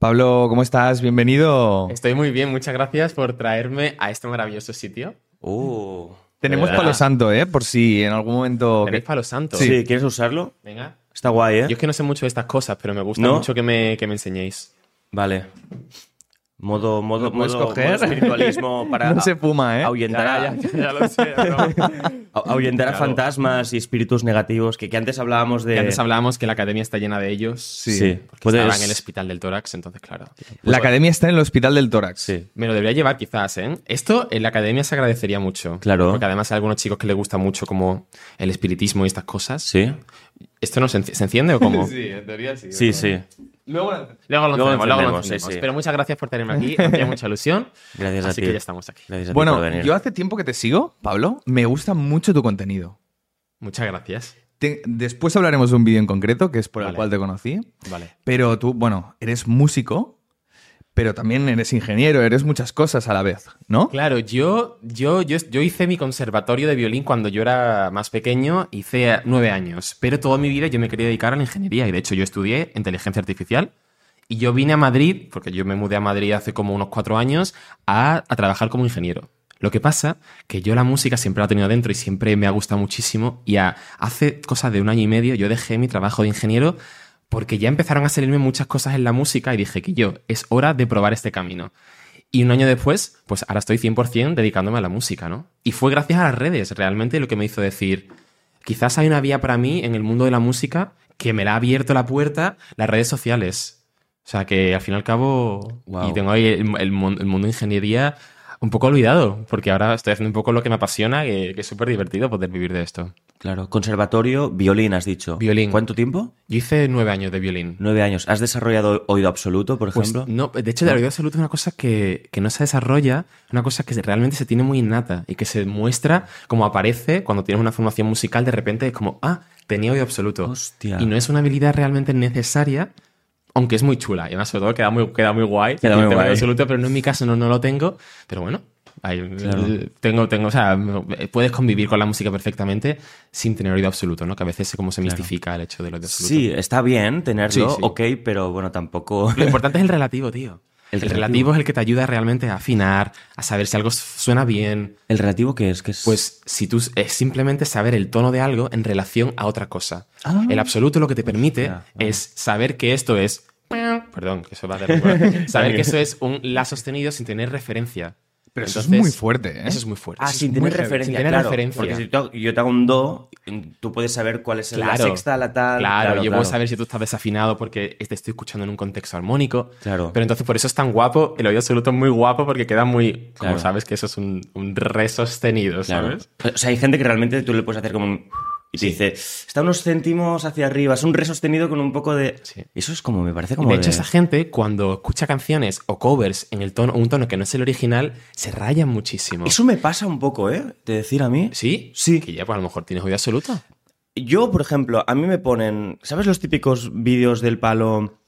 Pablo, ¿cómo estás? Bienvenido. Estoy muy bien, muchas gracias por traerme a este maravilloso sitio. Uh, Tenemos ¿verdad? palo santo, ¿eh? Por si en algún momento... Tenéis palo santo. Sí, ¿quieres usarlo? Venga. Está guay, ¿eh? Yo es que no sé mucho de estas cosas, pero me gusta ¿No? mucho que me, que me enseñéis. Vale. Modo, modo, ¿Lo puedes modo, coger? modo espiritualismo para No se fuma, ¿eh? ahuyentar, a- lo sé. a- ahuyentar a Claro. fantasmas y espíritus negativos, que, que antes hablábamos de... Y antes hablábamos que la academia está llena de ellos. Sí. Porque Puedes- estaba en el hospital del tórax, entonces, claro. Pues, La academia está en el hospital del tórax. Sí. Me lo debería llevar quizás, ¿eh? Esto en la academia se agradecería mucho. Claro. Porque además hay algunos chicos que les gusta mucho como el espiritismo y estas cosas. Sí. ¿Esto no se, enci- se enciende o cómo? en teoría Sí, sí. Luego... Luego lo Luego encendemos, luego lo encendemos, sí, encendemos. sí. Pero muchas gracias por tenerme aquí, me hacía mucha ilusión. Gracias a Así ti. que ya estamos aquí. Gracias a ti por Bueno, venir. yo hace tiempo que te sigo, Pablo. Me gusta mucho tu contenido. Muchas gracias. Te- Después hablaremos de un vídeo en concreto, que es por el Vale. cual te conocí. Vale. Pero tú, bueno, eres músico, pero también eres ingeniero, eres muchas cosas a la vez, ¿no? Claro, yo, yo, yo, yo hice mi conservatorio de violín cuando yo era más pequeño, hice nueve años, pero toda mi vida yo me quería dedicar a la ingeniería y de hecho yo estudié inteligencia artificial y yo vine a Madrid, porque yo me mudé a Madrid hace como unos cuatro años, a, a trabajar como ingeniero. Lo que pasa que yo la música siempre la he tenido dentro y siempre me ha gustado muchísimo y a- hace cosa de un año y medio yo dejé mi trabajo de ingeniero porque ya empezaron a salirme muchas cosas en la música y dije que yo, es hora de probar este camino. Y un año después, pues ahora estoy 100% dedicándome a la música, ¿no? Y fue gracias a las redes realmente lo que me hizo decir, quizás hay una vía para mí en el mundo de la música que me la ha abierto la puerta las redes sociales. O sea que al fin y al cabo, Guau. y tengo ahí el, el mon- el mundo de ingeniería un poco olvidado, porque ahora estoy haciendo un poco lo que me apasiona, que, que es súper divertido poder vivir de esto. Claro. Conservatorio, violín, has dicho. Violín. ¿Cuánto tiempo? Yo hice nueve años de violín. Nueve años. ¿Has desarrollado oído absoluto, por Pues ejemplo? no, de hecho, la habilidad absoluta es una cosa que, que no se desarrolla, una cosa que realmente se tiene muy innata y que se muestra como aparece cuando tienes una formación musical, de repente es como, ah, tenía oído absoluto. Hostia. Y no es una habilidad realmente necesaria, aunque es muy chula. Y además, sobre todo, queda muy, queda muy guay. Queda el muy tema de guay. absoluto, pero no en mi caso, no, no lo tengo. Pero bueno, ahí, Claro. eh, tengo, tengo, o sea, puedes convivir con la música perfectamente sin tener oído absoluto, ¿no? Que a veces como se mistifica el hecho del oído absoluto. Sí, está bien tenerlo, Sí, sí. ok, pero bueno, tampoco... Lo importante es el relativo, tío. El El, relativo es el que te ayuda realmente a afinar, a saber si algo suena bien. ¿El relativo qué es? ¿Qué es? Pues si tú es simplemente saber el tono de algo en relación a otra cosa. Ah. El absoluto lo que te permite Ya, vale. es saber que esto es. Perdón, que eso va de lengua. Saber que eso es un la sostenido sin tener referencia. Pero eso es Entonces, muy fuerte, ¿eh? Eso es muy fuerte. Ah, Eso es sin muy tener heavy. referencia, Sin tener claro. referencia. Porque si tú- yo te hago un do, tú puedes saber cuál es la Claro. sexta, la tal... Claro, yo claro. puedo saber si tú estás desafinado porque te estoy escuchando en un contexto armónico. Claro. Pero entonces por eso es tan guapo, el oído absoluto es muy guapo porque queda muy. Como Claro. sabes que eso es un, un re sostenido, Claro. ¿sabes? O sea, hay gente que realmente tú le puedes hacer como un... Y te dice, está unos céntimos hacia arriba, es un re sostenido con un poco de... Sí. Eso es como, me parece Y como de hecho, de- esa gente, cuando escucha canciones o covers en el tono, un tono que no es el original, se rayan muchísimo. Eso me pasa un poco, ¿eh? De decir a mí... ¿Sí? Sí. Que ya, pues a lo mejor tienes oído absoluto. Yo, por ejemplo, a mí me ponen, ¿sabes los típicos vídeos del palo?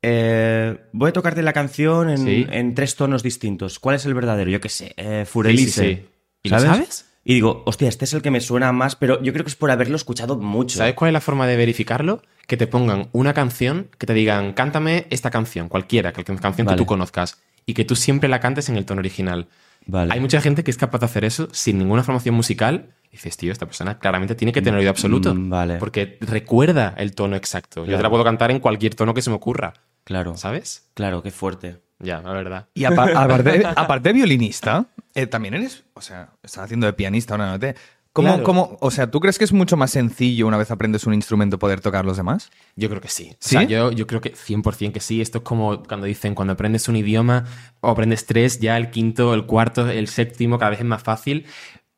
eh, voy a tocarte la canción en, Sí. en tres tonos distintos. ¿Cuál es el verdadero? Yo qué sé, eh, Furelice. Sí, sí, sí. ¿Y lo sabes? Y digo, hostia, este es el que me suena más, pero yo creo que es por haberlo escuchado mucho. ¿Sabes cuál es la forma de verificarlo? Que te pongan una canción, que te digan, cántame esta canción, cualquiera, que canción Vale. que tú conozcas, y que tú siempre la cantes en el tono original. Vale. Hay mucha gente que es capaz de hacer eso sin ninguna formación musical. Y dices, tío, esta persona claramente tiene que tener oído absoluto. Mm, vale. Porque recuerda el tono exacto. Yo te la Claro. puedo cantar en cualquier tono que se me ocurra. Claro, ¿Sabes? claro, qué fuerte. Ya, la verdad. Y apa- aparte, aparte de violinista, eh, también eres, o sea, estás haciendo de pianista ahora, ¿no? Te- ¿Cómo, Claro. cómo- o sea, ¿tú crees que es mucho más sencillo una vez aprendes un instrumento poder tocar los demás? Yo creo que sí. ¿Sí? O sea, yo, yo creo que 100% que sí. Esto es como cuando dicen, cuando aprendes un idioma o aprendes tres, ya el quinto, el cuarto, el séptimo, cada vez es más fácil.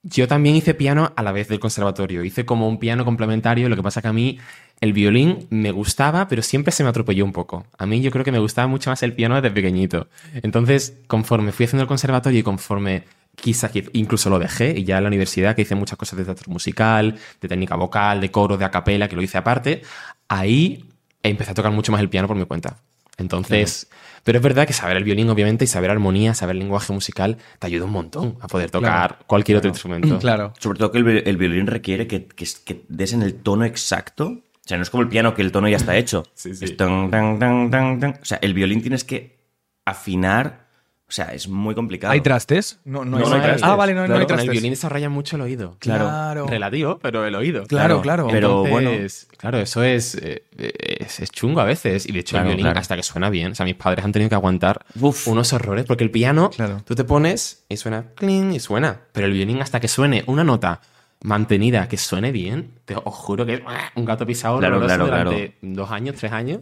Yo también hice piano a la vez del conservatorio. Hice como un piano complementario. Lo que pasa que a mí el violín me gustaba, pero siempre se me atropelló un poco. A mí yo creo que me gustaba mucho más el piano desde pequeñito. Entonces, conforme fui haciendo el conservatorio y conforme quizá que incluso lo dejé y ya en la universidad que hice muchas cosas de teatro musical, de técnica vocal, de coro, de acapela, que lo hice aparte, ahí E empecé a tocar mucho más el piano por mi cuenta. Entonces, pero es verdad que saber el violín obviamente y saber armonía, saber lenguaje musical te ayuda un montón a poder tocar Mm, cualquier otro instrumento. Claro. Sobre todo que el, vi- el violín requiere que, que, es- que des en el tono exacto O sea, no es como el piano que el tono ya está hecho. Sí, sí. Es tan, tan, tan, tan, tan. O sea, el violín tienes que afinar. O sea, es muy complicado. ¿Hay trastes? No, No, no hay trastes. Ah, vale, no, no Claro, hay Con el trastes. violín se raya mucho el oído. Claro. Claro. Relativo, pero el oído. Claro, claro. Pero bueno. Entonces, Claro, eso es, eh, eh, es, es chungo a veces. Y de hecho, Claro, el violín, claro. hasta que suena bien. O sea, mis padres han tenido que aguantar Uf. unos horrores. Porque el piano, Claro. tú te pones y suena cling y suena. Pero el violín, hasta que suene una nota mantenida que suene bien, te os juro que es ¡ah! un gato pisado Claro, doloroso claro, claro. durante dos años, tres años.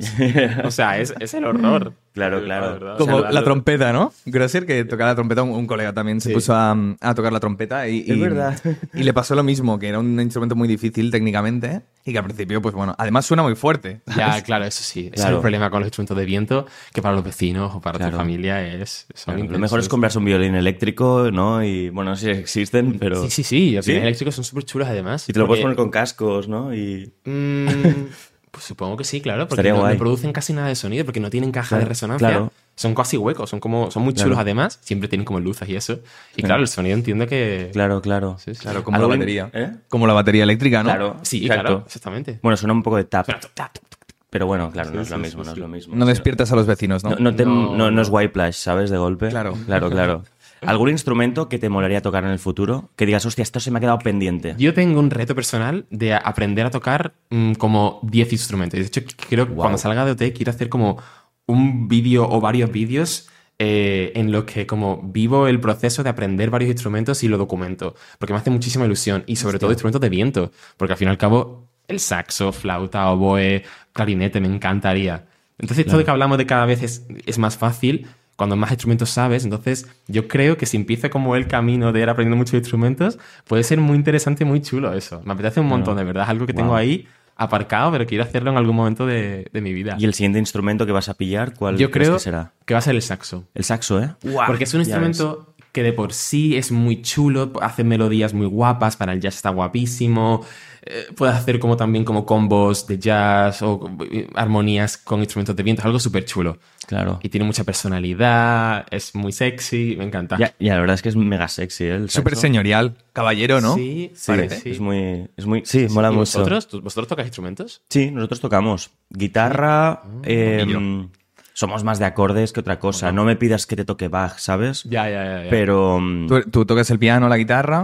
O sea, es, es el horror. Claro, La claro. verdad. Como O sea, la lo- trompeta, ¿no? Grosser, que tocaba la trompeta, un, un colega también se Sí. puso a, a tocar la trompeta y, Es y- verdad. y le pasó lo mismo, que era un instrumento muy difícil técnicamente y que al principio, pues bueno, además suena muy fuerte. Ya, claro, eso sí. Ese es Claro. el problema con los instrumentos de viento, que para los vecinos o para Claro. tu familia es. son Claro, lo mejor es intensos. comprarse un violín eléctrico, ¿no? Y bueno, no sé si existen, pero. Sí, sí, sí. Los ¿Sí? violines eléctricos son súper chulos además. Y te lo puedes poner porque- con cascos, ¿no? Y. Mm, pues supongo que sí, claro, porque Estaría no, no guay. producen casi nada de sonido, porque no tienen caja Claro, de resonancia. claro. Son casi huecos, son como son muy Claro. chulos además, siempre tienen como luces y eso. Y claro, el sonido entiendo que... Claro, claro. Sí, sí. Claro, como Algo la in- batería. ¿Eh? Como la batería eléctrica, ¿no? Claro. Sí, Exacto. claro, exactamente. Bueno, suena un poco de tap. Pero tuc, tuc, tuc, tuc. Pero bueno, claro, no es lo sí, mismo, sí, no es sí. lo mismo. No despiertas a los vecinos, ¿no? No, no te- No, no- no es white plush, ¿sabes? De golpe. Claro. Claro, claro. ¿Algún instrumento que te molaría tocar en el futuro? Que digas, hostia, esto se me ha quedado pendiente. Yo tengo un reto personal de a- aprender a tocar mm, como 10 instrumentos. De hecho, creo que cuando salga de OT quiero hacer como un vídeo o varios vídeos eh, en los que como vivo el proceso de aprender varios instrumentos y lo documento. Porque me hace muchísima ilusión. Y sobre todo instrumentos de viento. Porque al fin y al cabo, el saxo, flauta, oboe, clarinete, me encantaría. Entonces, todo lo que hablamos de cada vez es, es más fácil. Cuando más instrumentos sabes, entonces yo creo que si empieza como el camino de ir aprendiendo muchos instrumentos, puede ser muy interesante y muy chulo eso. Me apetece un montón, de verdad. Es algo que tengo Wow. ahí aparcado, pero quiero hacerlo en algún momento de, de mi vida. ¿Y el siguiente instrumento que vas a pillar, cuál yo crees creo que será? que va a ser el saxo. El saxo, ¿eh? Porque es un Ya ves. instrumento que de por sí es muy chulo, hace melodías muy guapas, para el jazz está guapísimo, eh, puede hacer como también como combos de jazz o eh, armonías con instrumentos de viento, es algo súper chulo. Claro. Y tiene mucha personalidad, es muy sexy, me encanta. Ya, ya, la verdad es que es mega sexy, ¿eh? El Súper saxo. señorial, caballero, ¿no? Sí, Sí, parece. es muy, es muy. Sí, mola ¿Y mucho. ¿Vosotros? ¿Tú- ¿Vosotros tocáis instrumentos? Sí, nosotros tocamos guitarra. Mm, eh, poquillo. somos más de acordes que otra cosa. No me pidas que te toque Bach, ¿sabes? Ya, ya, ya. ya. Pero mm, Tú, tú tocas el piano, la guitarra.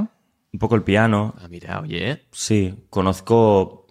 un poco el piano. Ah, mira, oye. Sí, conozco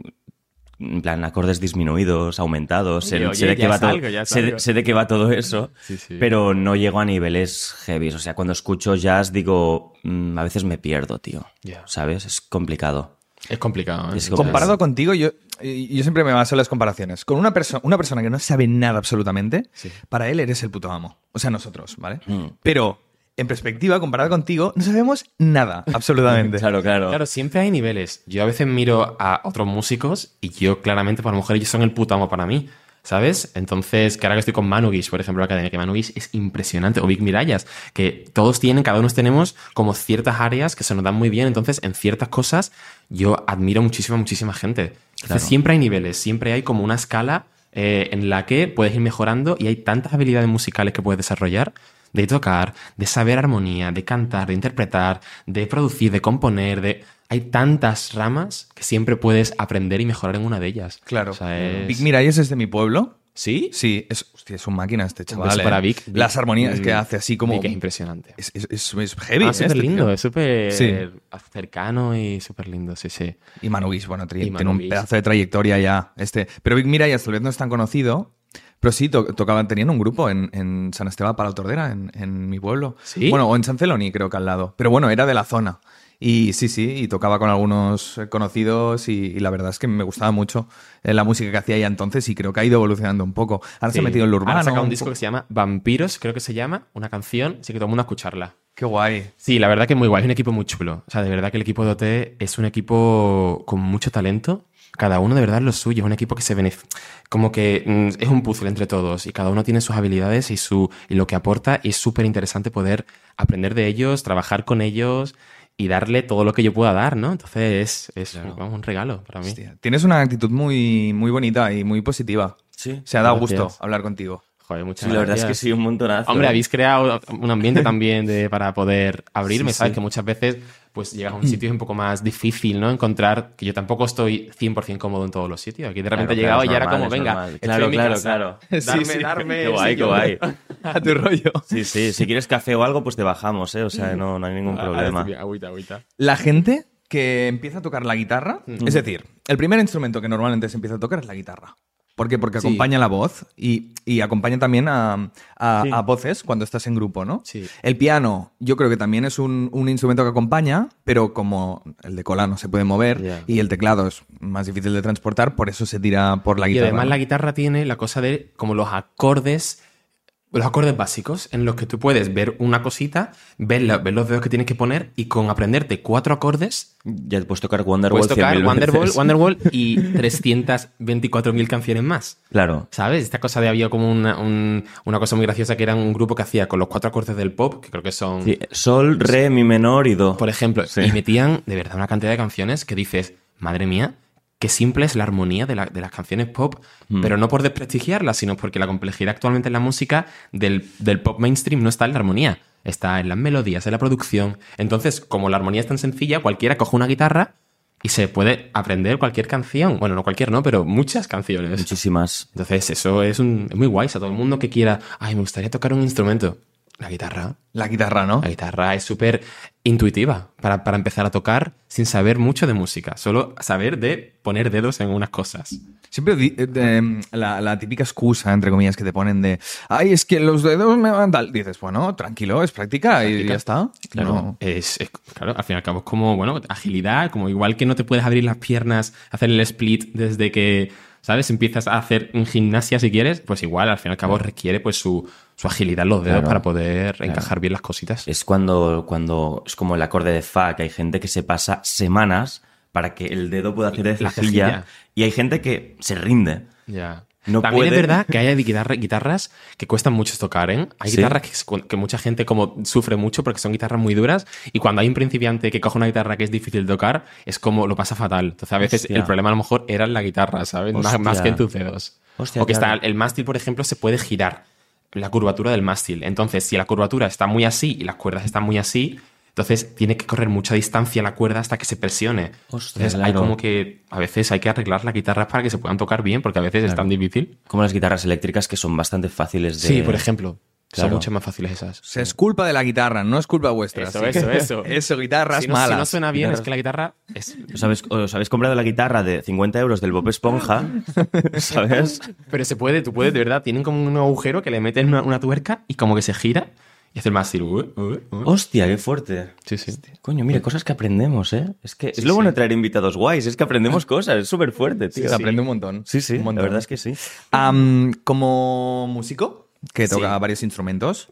en plan acordes disminuidos, aumentados. Sé, Oye, sé de oye, qué ya va todo, salgo, ya sé de- salgo. sé de qué va todo eso, Sí, sí. pero no llego a niveles heavy. O sea, cuando escucho jazz digo, mm, a veces me pierdo, tío. Ya. ¿Sabes? Es complicado. Es complicado. ¿eh? Es O sea, complicado. Comparado contigo, yo, y- yo siempre me baso en las comparaciones. Con una, persona una persona que no sabe nada absolutamente, para él eres el puto amo. O sea, nosotros, ¿vale? Mm. Pero, en perspectiva, comparado contigo, no sabemos nada absolutamente. Claro, claro. Claro, siempre hay niveles. Yo a veces miro a otros músicos y yo claramente, pues a lo mejor ellos son el puto amo para mí, ¿sabes? Entonces, que ahora que estoy con Manugish, por ejemplo, la academia que Manugish es impresionante, o Big Mirallas, que todos tienen, cada uno tenemos como ciertas áreas que se nos dan muy bien, entonces en ciertas cosas yo admiro muchísima, muchísima gente. Entonces, Claro. siempre hay niveles, siempre hay como una escala eh, en la que puedes ir mejorando y hay tantas habilidades musicales que puedes desarrollar de tocar, de saber armonía, de cantar, de interpretar, de producir, de componer, de... Hay tantas ramas que siempre puedes aprender y mejorar en una de ellas. Claro. O sea, es- Vic Miralles es de mi pueblo. ¿Sí? Sí, es, hostia, es un máquina este chaval. beso para ¿eh? Vic. Las armonías Mm, que hace así como... Vic es impresionante. Es, es- es- es heavy. Ah, ¿eh? súper este lindo, tío. es súper Sí. cercano y súper lindo, sí, sí. Y Manu Guix, bueno, tri- Y tiene Manu un Guix. pedazo de trayectoria ya. Este. Pero Vic Miralles tal vez no es tan conocido, pero sí to- tocaban, tenían un grupo en, en San Esteban para la Tordera, en, en mi pueblo. ¿Sí? Bueno, o en San Celoni, creo que al lado. Pero bueno, era de la zona. Y sí, sí, y tocaba con algunos eh, conocidos y, y la verdad es que me gustaba mucho eh, la música que hacía ya entonces y creo que ha ido evolucionando un poco. Ahora se ha Sí. metido en lo urbano. Ahora saca un un disco po- que se llama Vampiros, creo que se llama, una canción, así que todo el mundo a escucharla. Qué guay. Sí, la verdad que muy guay, es un equipo muy chulo. O sea, de verdad que el equipo de OT es un equipo con mucho talento. Cada uno de verdad es lo suyo, es un equipo que se beneficia. Como que mm, es un puzzle entre todos y cada uno tiene sus habilidades y, su, y lo que aporta. Y es súper interesante poder aprender de ellos, trabajar con ellos y darle todo lo que yo pueda dar, ¿no? Entonces es, es un, vamos, un regalo para mí. Hostia, Tienes una actitud muy, muy bonita y muy positiva. Sí. Se ha dado Gracias. gusto hablar contigo. Joder, muchas Sí, la verdad es gracias. que sí, un montonazo. Hombre, ¿eh? habéis creado un ambiente también de, para poder abrirme, Sí, ¿sabes? sí. Mm. Que muchas veces pues llegas a un sitio y es un poco más difícil, ¿no? Encontrar, que yo tampoco estoy 100% cómodo en todos los sitios. Aquí de repente Claro, he llegado y claro, ahora normal, como, es venga, normal. estoy Claro, en mi claro, casa. claro. Darme, Sí, sí. darme... Qué guay, qué sitio. guay. A tu rollo. Sí, sí, si quieres café o algo, pues te bajamos, ¿eh? O sea, no, no hay ningún Ah, problema. estoy- Agüita, agüita. La gente que empieza a tocar la guitarra, es decir, el primer instrumento que normalmente se empieza a tocar es la guitarra. ¿Por qué? Porque Sí. acompaña la voz y, y acompaña también a, a- a voces cuando estás en grupo, ¿no? Sí. El piano, yo creo que también es un, un instrumento que acompaña, pero como el de cola no se puede mover Ya. y el teclado es más difícil de transportar, por eso se tira por la Y guitarra. además ¿no? la guitarra tiene la cosa de como los acordes, los acordes básicos en los que tú puedes ver una cosita, ver, la- ver los dedos que tienes que poner y con aprenderte cuatro acordes Ya te puedes tocar Wonderwall puedes tocar 100.000 Wonderwall, veces. Wonderwall y 324.000 canciones más. Claro. ¿Sabes? Esta cosa de había como una, un- una cosa muy graciosa que era un grupo que hacía con los cuatro acordes del pop, que creo que son, Sí, sol, re, mi menor y do. Mm. por ejemplo, Sí. y metían de verdad una cantidad de canciones que dices, madre mía, qué simple es la armonía de, la- de las canciones pop, pero no por desprestigiarlas, sino porque la complejidad actualmente en la música del, del pop mainstream no está en la armonía, está en las melodías, en la producción. Entonces, como la armonía es tan sencilla, cualquiera coge una guitarra y se puede aprender cualquier canción. Bueno, no cualquier, no, pero muchas canciones. Muchísimas. Entonces, eso es, un, es muy guay. O sea, todo el mundo que quiera, ay, me gustaría tocar un instrumento. La guitarra. La guitarra, ¿no? La guitarra es súper intuitiva para, para empezar a tocar sin saber mucho de música, solo saber de poner dedos en unas cosas. Siempre di- eh, eh, la, la típica excusa, entre comillas, que te ponen de, ay, es que los dedos me van tal. Dices, bueno, tranquilo, es práctica y práctica. ya está. Claro, No. es, es- claro, al fin y al cabo es como, bueno, agilidad, como igual que no te puedes abrir las piernas, hacer el split desde que, ¿sabes? Empiezas a hacer gimnasia si quieres, pues igual, al fin y al cabo requiere pues su, su agilidad en los dedos Claro. para poder encajar bien las cositas. Es cuando, cuando es como el acorde de fa, que hay gente que se pasa semanas para que el dedo pueda hacer de La cejilla, cejilla. y hay gente que se rinde. Ya. No También puede. es verdad que hay guitarra- guitarras que cuestan mucho tocar, ¿eh? Hay Sí. guitarras que, es- que mucha gente como sufre mucho porque son guitarras muy duras y cuando hay un principiante que coge una guitarra que es difícil de tocar, es como lo pasa fatal. Entonces a veces Hostia. el problema a lo mejor era en la guitarra, ¿sabes? Más, Hostia. más que en tus dedos. Hostia, o que claro. está el mástil, por ejemplo, se puede girar la curvatura del mástil. Entonces, si la curvatura está muy así y las cuerdas están muy así, entonces tiene que correr mucha distancia la cuerda hasta que se presione. Hostia, entonces, hay claro. como que a veces hay que arreglar las guitarras para que se puedan tocar bien, porque a veces es tan difícil. Como las guitarras eléctricas que son bastante fáciles de... Sí, por ejemplo. Claro. Son mucho más fáciles esas. O sea, es culpa de la guitarra, no es culpa vuestra. Eso, así que- eso, eso. Eso, guitarras si, no, malas. si no suena bien, Guitarras- es que la guitarra es. Os habéis, os habéis comprado la guitarra de 50 euros del Bob Esponja, ¿sabes? Pero se puede, tú puedes, de verdad. Tienen como un agujero que le meten una, una tuerca y como que se gira y hace el mástil. Uh, uh, uh. Hostia, qué fuerte. Sí, sí. Coño, mira, cosas que aprendemos, ¿eh? Es que es Sí, lo bueno sí. de traer invitados guays, es que aprendemos cosas, es súper fuerte, Sí, tío. se aprende un montón. Sí, sí, un la montón. verdad es que sí. Am, como músico, que toca Sí. varios instrumentos,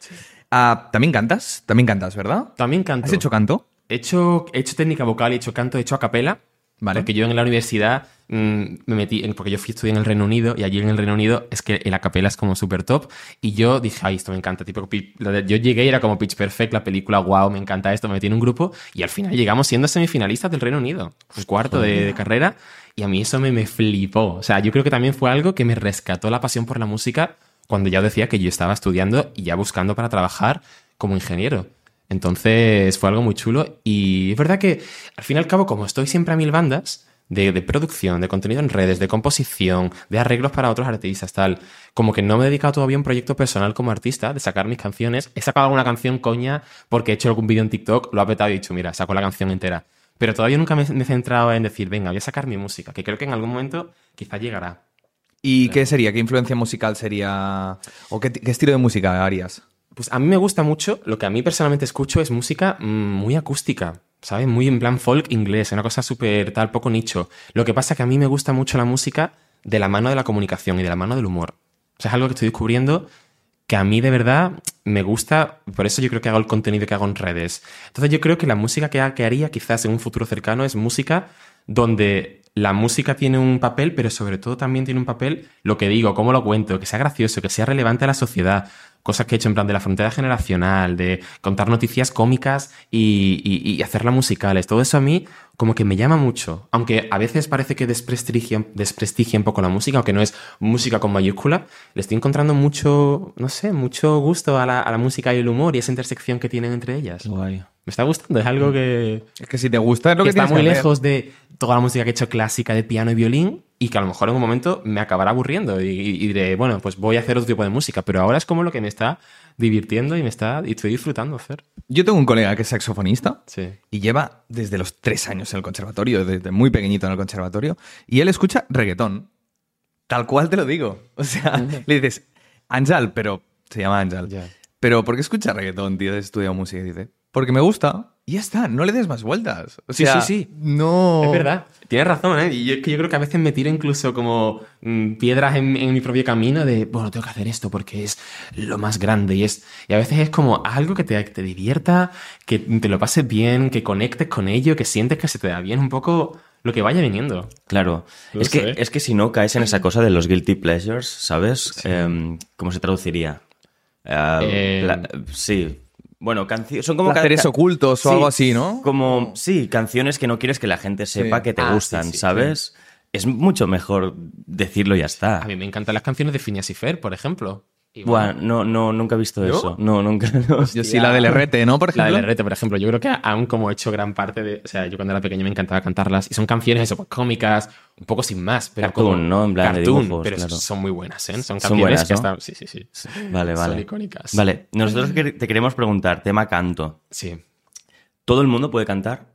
ah, también cantas, también cantas, ¿verdad? También canto. ¿Has hecho canto? He hecho, he hecho técnica vocal, he hecho canto, he hecho a capela. Vale. Porque yo en la universidad mm, me metí, en- porque yo fui estudié en el Reino Unido y allí en el Reino Unido es que el a capela es como súper top. Y yo dije, ay, esto me encanta. Tipo, pi- la de- yo llegué y era como Pitch Perfect, la película, wow, me encanta esto, me metí en un grupo. Y al final llegamos siendo semifinalistas del Reino Unido, pues cuarto de, de carrera. Y a mí eso me, me flipó. O sea, yo creo que también fue algo que me rescató la pasión por la música cuando ya os decía que yo estaba estudiando y ya buscando para trabajar como ingeniero. Entonces fue algo muy chulo y es verdad que al fin y al cabo como estoy siempre a mil bandas de, de producción, de contenido en redes, de composición, de arreglos para otros artistas, tal, como que no me he dedicado todavía a un proyecto personal como artista de sacar mis canciones. He sacado alguna canción coña porque he hecho algún vídeo en TikTok, lo ha petado y he dicho, mira, saco la canción entera. Pero todavía nunca me, me he centrado en decir, venga, voy a sacar mi música, que creo que en algún momento quizá llegará. ¿Y qué sería? ¿Qué influencia musical sería? ¿O qué, t- qué estilo de música harías? Pues a mí me gusta mucho, lo que a mí personalmente escucho es música mm, muy acústica, ¿sabes? Muy en plan folk inglés, una cosa súper tal, poco nicho. Lo que pasa que a mí me gusta mucho la música de la mano de la comunicación y de la mano del humor. O sea, es algo que estoy descubriendo que a mí de verdad me gusta, por eso yo creo que hago el contenido que hago en redes. Entonces yo creo que la música que, ha- que haría quizás en un futuro cercano es música donde la música tiene un papel, pero sobre todo también tiene un papel lo que digo, cómo lo cuento, que sea gracioso, que sea relevante a la sociedad, cosas que he hecho en plan de la frontera generacional, de contar noticias cómicas y, y, y hacerlas musicales. Todo eso a mí como que me llama mucho. Aunque a veces parece que desprestigia, desprestigia un poco la música, aunque no es música con mayúscula, le estoy encontrando mucho, no sé, mucho gusto a la, a la música y el humor y esa intersección que tienen entre ellas. Guay. Me está gustando, es algo que, Es que si te gusta es lo que, que está tienes muy que hacer. lejos de toda la música que he hecho clásica de piano y violín y que a lo mejor en un momento me acabará aburriendo y, y- y diré, bueno, pues voy a hacer otro tipo de música, pero ahora es como lo que me está divirtiendo y me está y estoy disfrutando hacer. Yo tengo un colega que es saxofonista Sí. y lleva desde los tres años en el conservatorio, desde muy pequeñito en el conservatorio, y él escucha reggaetón. Tal cual te lo digo. O sea, le dices, Anjal, pero se llama Anjal. Ya. Pero ¿por qué escucha reggaetón, tío? Estudia música y dice, porque me gusta. Y ya está, no le des más vueltas. O Sí, sea, sí, sí. No. Es verdad, Oh. tienes razón, ¿eh? Y es que yo creo que a veces me tiro incluso como mm, piedras en, en mi propio camino de, bueno, tengo que hacer esto porque es lo más grande y es... Y a veces es como algo que te, que te divierta, que te lo pases bien, que conectes con ello, que sientes que se te da bien un poco lo que vaya viniendo. Claro. No es, que, sé. es que si no caes en esa cosa de los guilty pleasures, ¿sabes? Em, ¿Cómo se traduciría? Eh, Eh, la- sí. Bueno, canciones. Son como ca- Placeres ca- ocultos o Sí, algo así, ¿no? Como, sí, canciones que no quieres que la gente sepa Sí. que te Ah, sí, gustan, sí, sí. ¿sabes? Es mucho mejor decirlo y ya está. A mí me encantan las canciones de Phineas y Fer, por ejemplo. Y Buah, no, no, nunca he visto eso. No, nunca. no. Yo sí, la del RT, ¿no? Por La ejemplo. del RT, por ejemplo, yo creo que aún como he hecho gran parte de. O sea, yo cuando era pequeño me encantaba cantarlas. Y son canciones eso, pues, cómicas, un poco sin más, pero. Cartoon, como- ¿no? En plan de cartoon, dibujos, pero claro. son muy buenas, ¿eh? Son canciones Son buenas, que ¿no? están. Sí, sí, sí. Vale, Son vale. icónicas. Vale, nosotros que- te queremos preguntar, tema canto. Sí. ¿Todo el mundo puede cantar?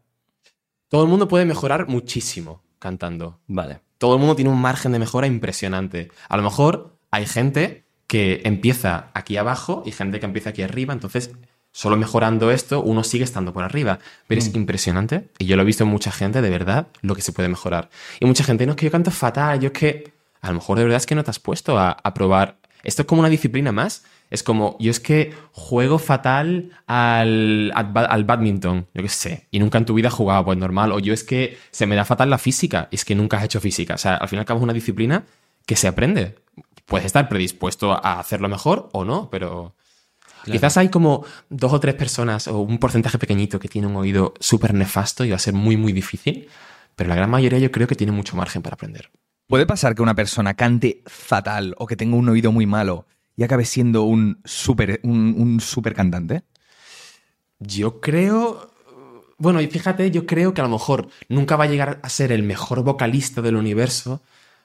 Todo el mundo puede mejorar muchísimo cantando. Vale. todo el mundo tiene un margen de mejora impresionante. A lo mejor hay gente que empieza aquí abajo y gente que empieza aquí arriba, entonces solo mejorando esto uno sigue estando por arriba. Pero es impresionante y yo lo he visto en mucha gente, de verdad, lo que se puede mejorar. Y mucha gente, no es que yo canto fatal, yo es que a lo mejor de verdad es que no te has puesto a, a probar. Esto es como una disciplina más. Es como, yo es que juego fatal al, al, ba- al badminton, yo qué sé, y nunca en tu vida has jugado, pues normal. O yo es que se me da fatal la física, y es que nunca has hecho física. O sea, al final acabas una disciplina que se aprende. Puedes estar predispuesto a hacerlo mejor o no, pero Quizás hay como dos o tres personas o un porcentaje pequeñito que tiene un oído súper nefasto y va a ser muy, muy difícil, pero la gran mayoría yo creo que tiene mucho margen para aprender. ¿Puede pasar que una persona cante fatal o que tenga un oído muy malo y acabe siendo un súper un, un super cantante? Yo creo... Bueno, y fíjate, yo creo que a lo mejor nunca va a llegar a ser el mejor vocalista del universo,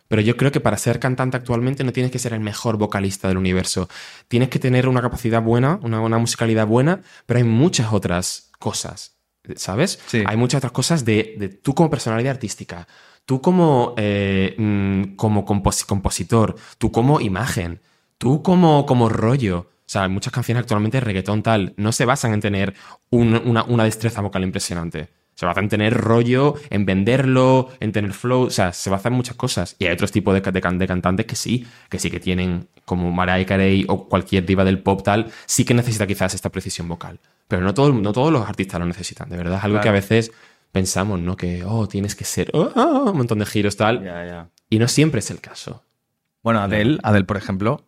pero yo creo que para ser cantante actualmente no tienes que ser el mejor vocalista del universo. Tienes que tener una capacidad buena, una, una musicalidad buena, pero hay muchas otras cosas, ¿sabes? Sí. Hay muchas otras cosas de, de tú como personalidad artística, tú como, eh, mm, como compos- compositor, tú como imagen, tú como, como rollo. O sea, muchas canciones actualmente de reggaetón tal no se basan en tener un- una, una destreza vocal impresionante. Se basan en tener rollo, en venderlo, en tener flow. O sea, se basan en muchas cosas. Y hay otros tipos de, ca- de can- de cantantes que sí, que sí que tienen, como Mariah Carey o cualquier diva del pop tal, sí que necesita quizás esta precisión vocal. Pero no, todo, no todos los artistas lo necesitan, de verdad. Es algo que a Claro. veces pensamos, ¿no? Que, oh, tienes que ser oh, oh, oh, un montón de giros tal. Ya, ya. Y no siempre es el caso. Bueno, Adele, Adele, por ejemplo,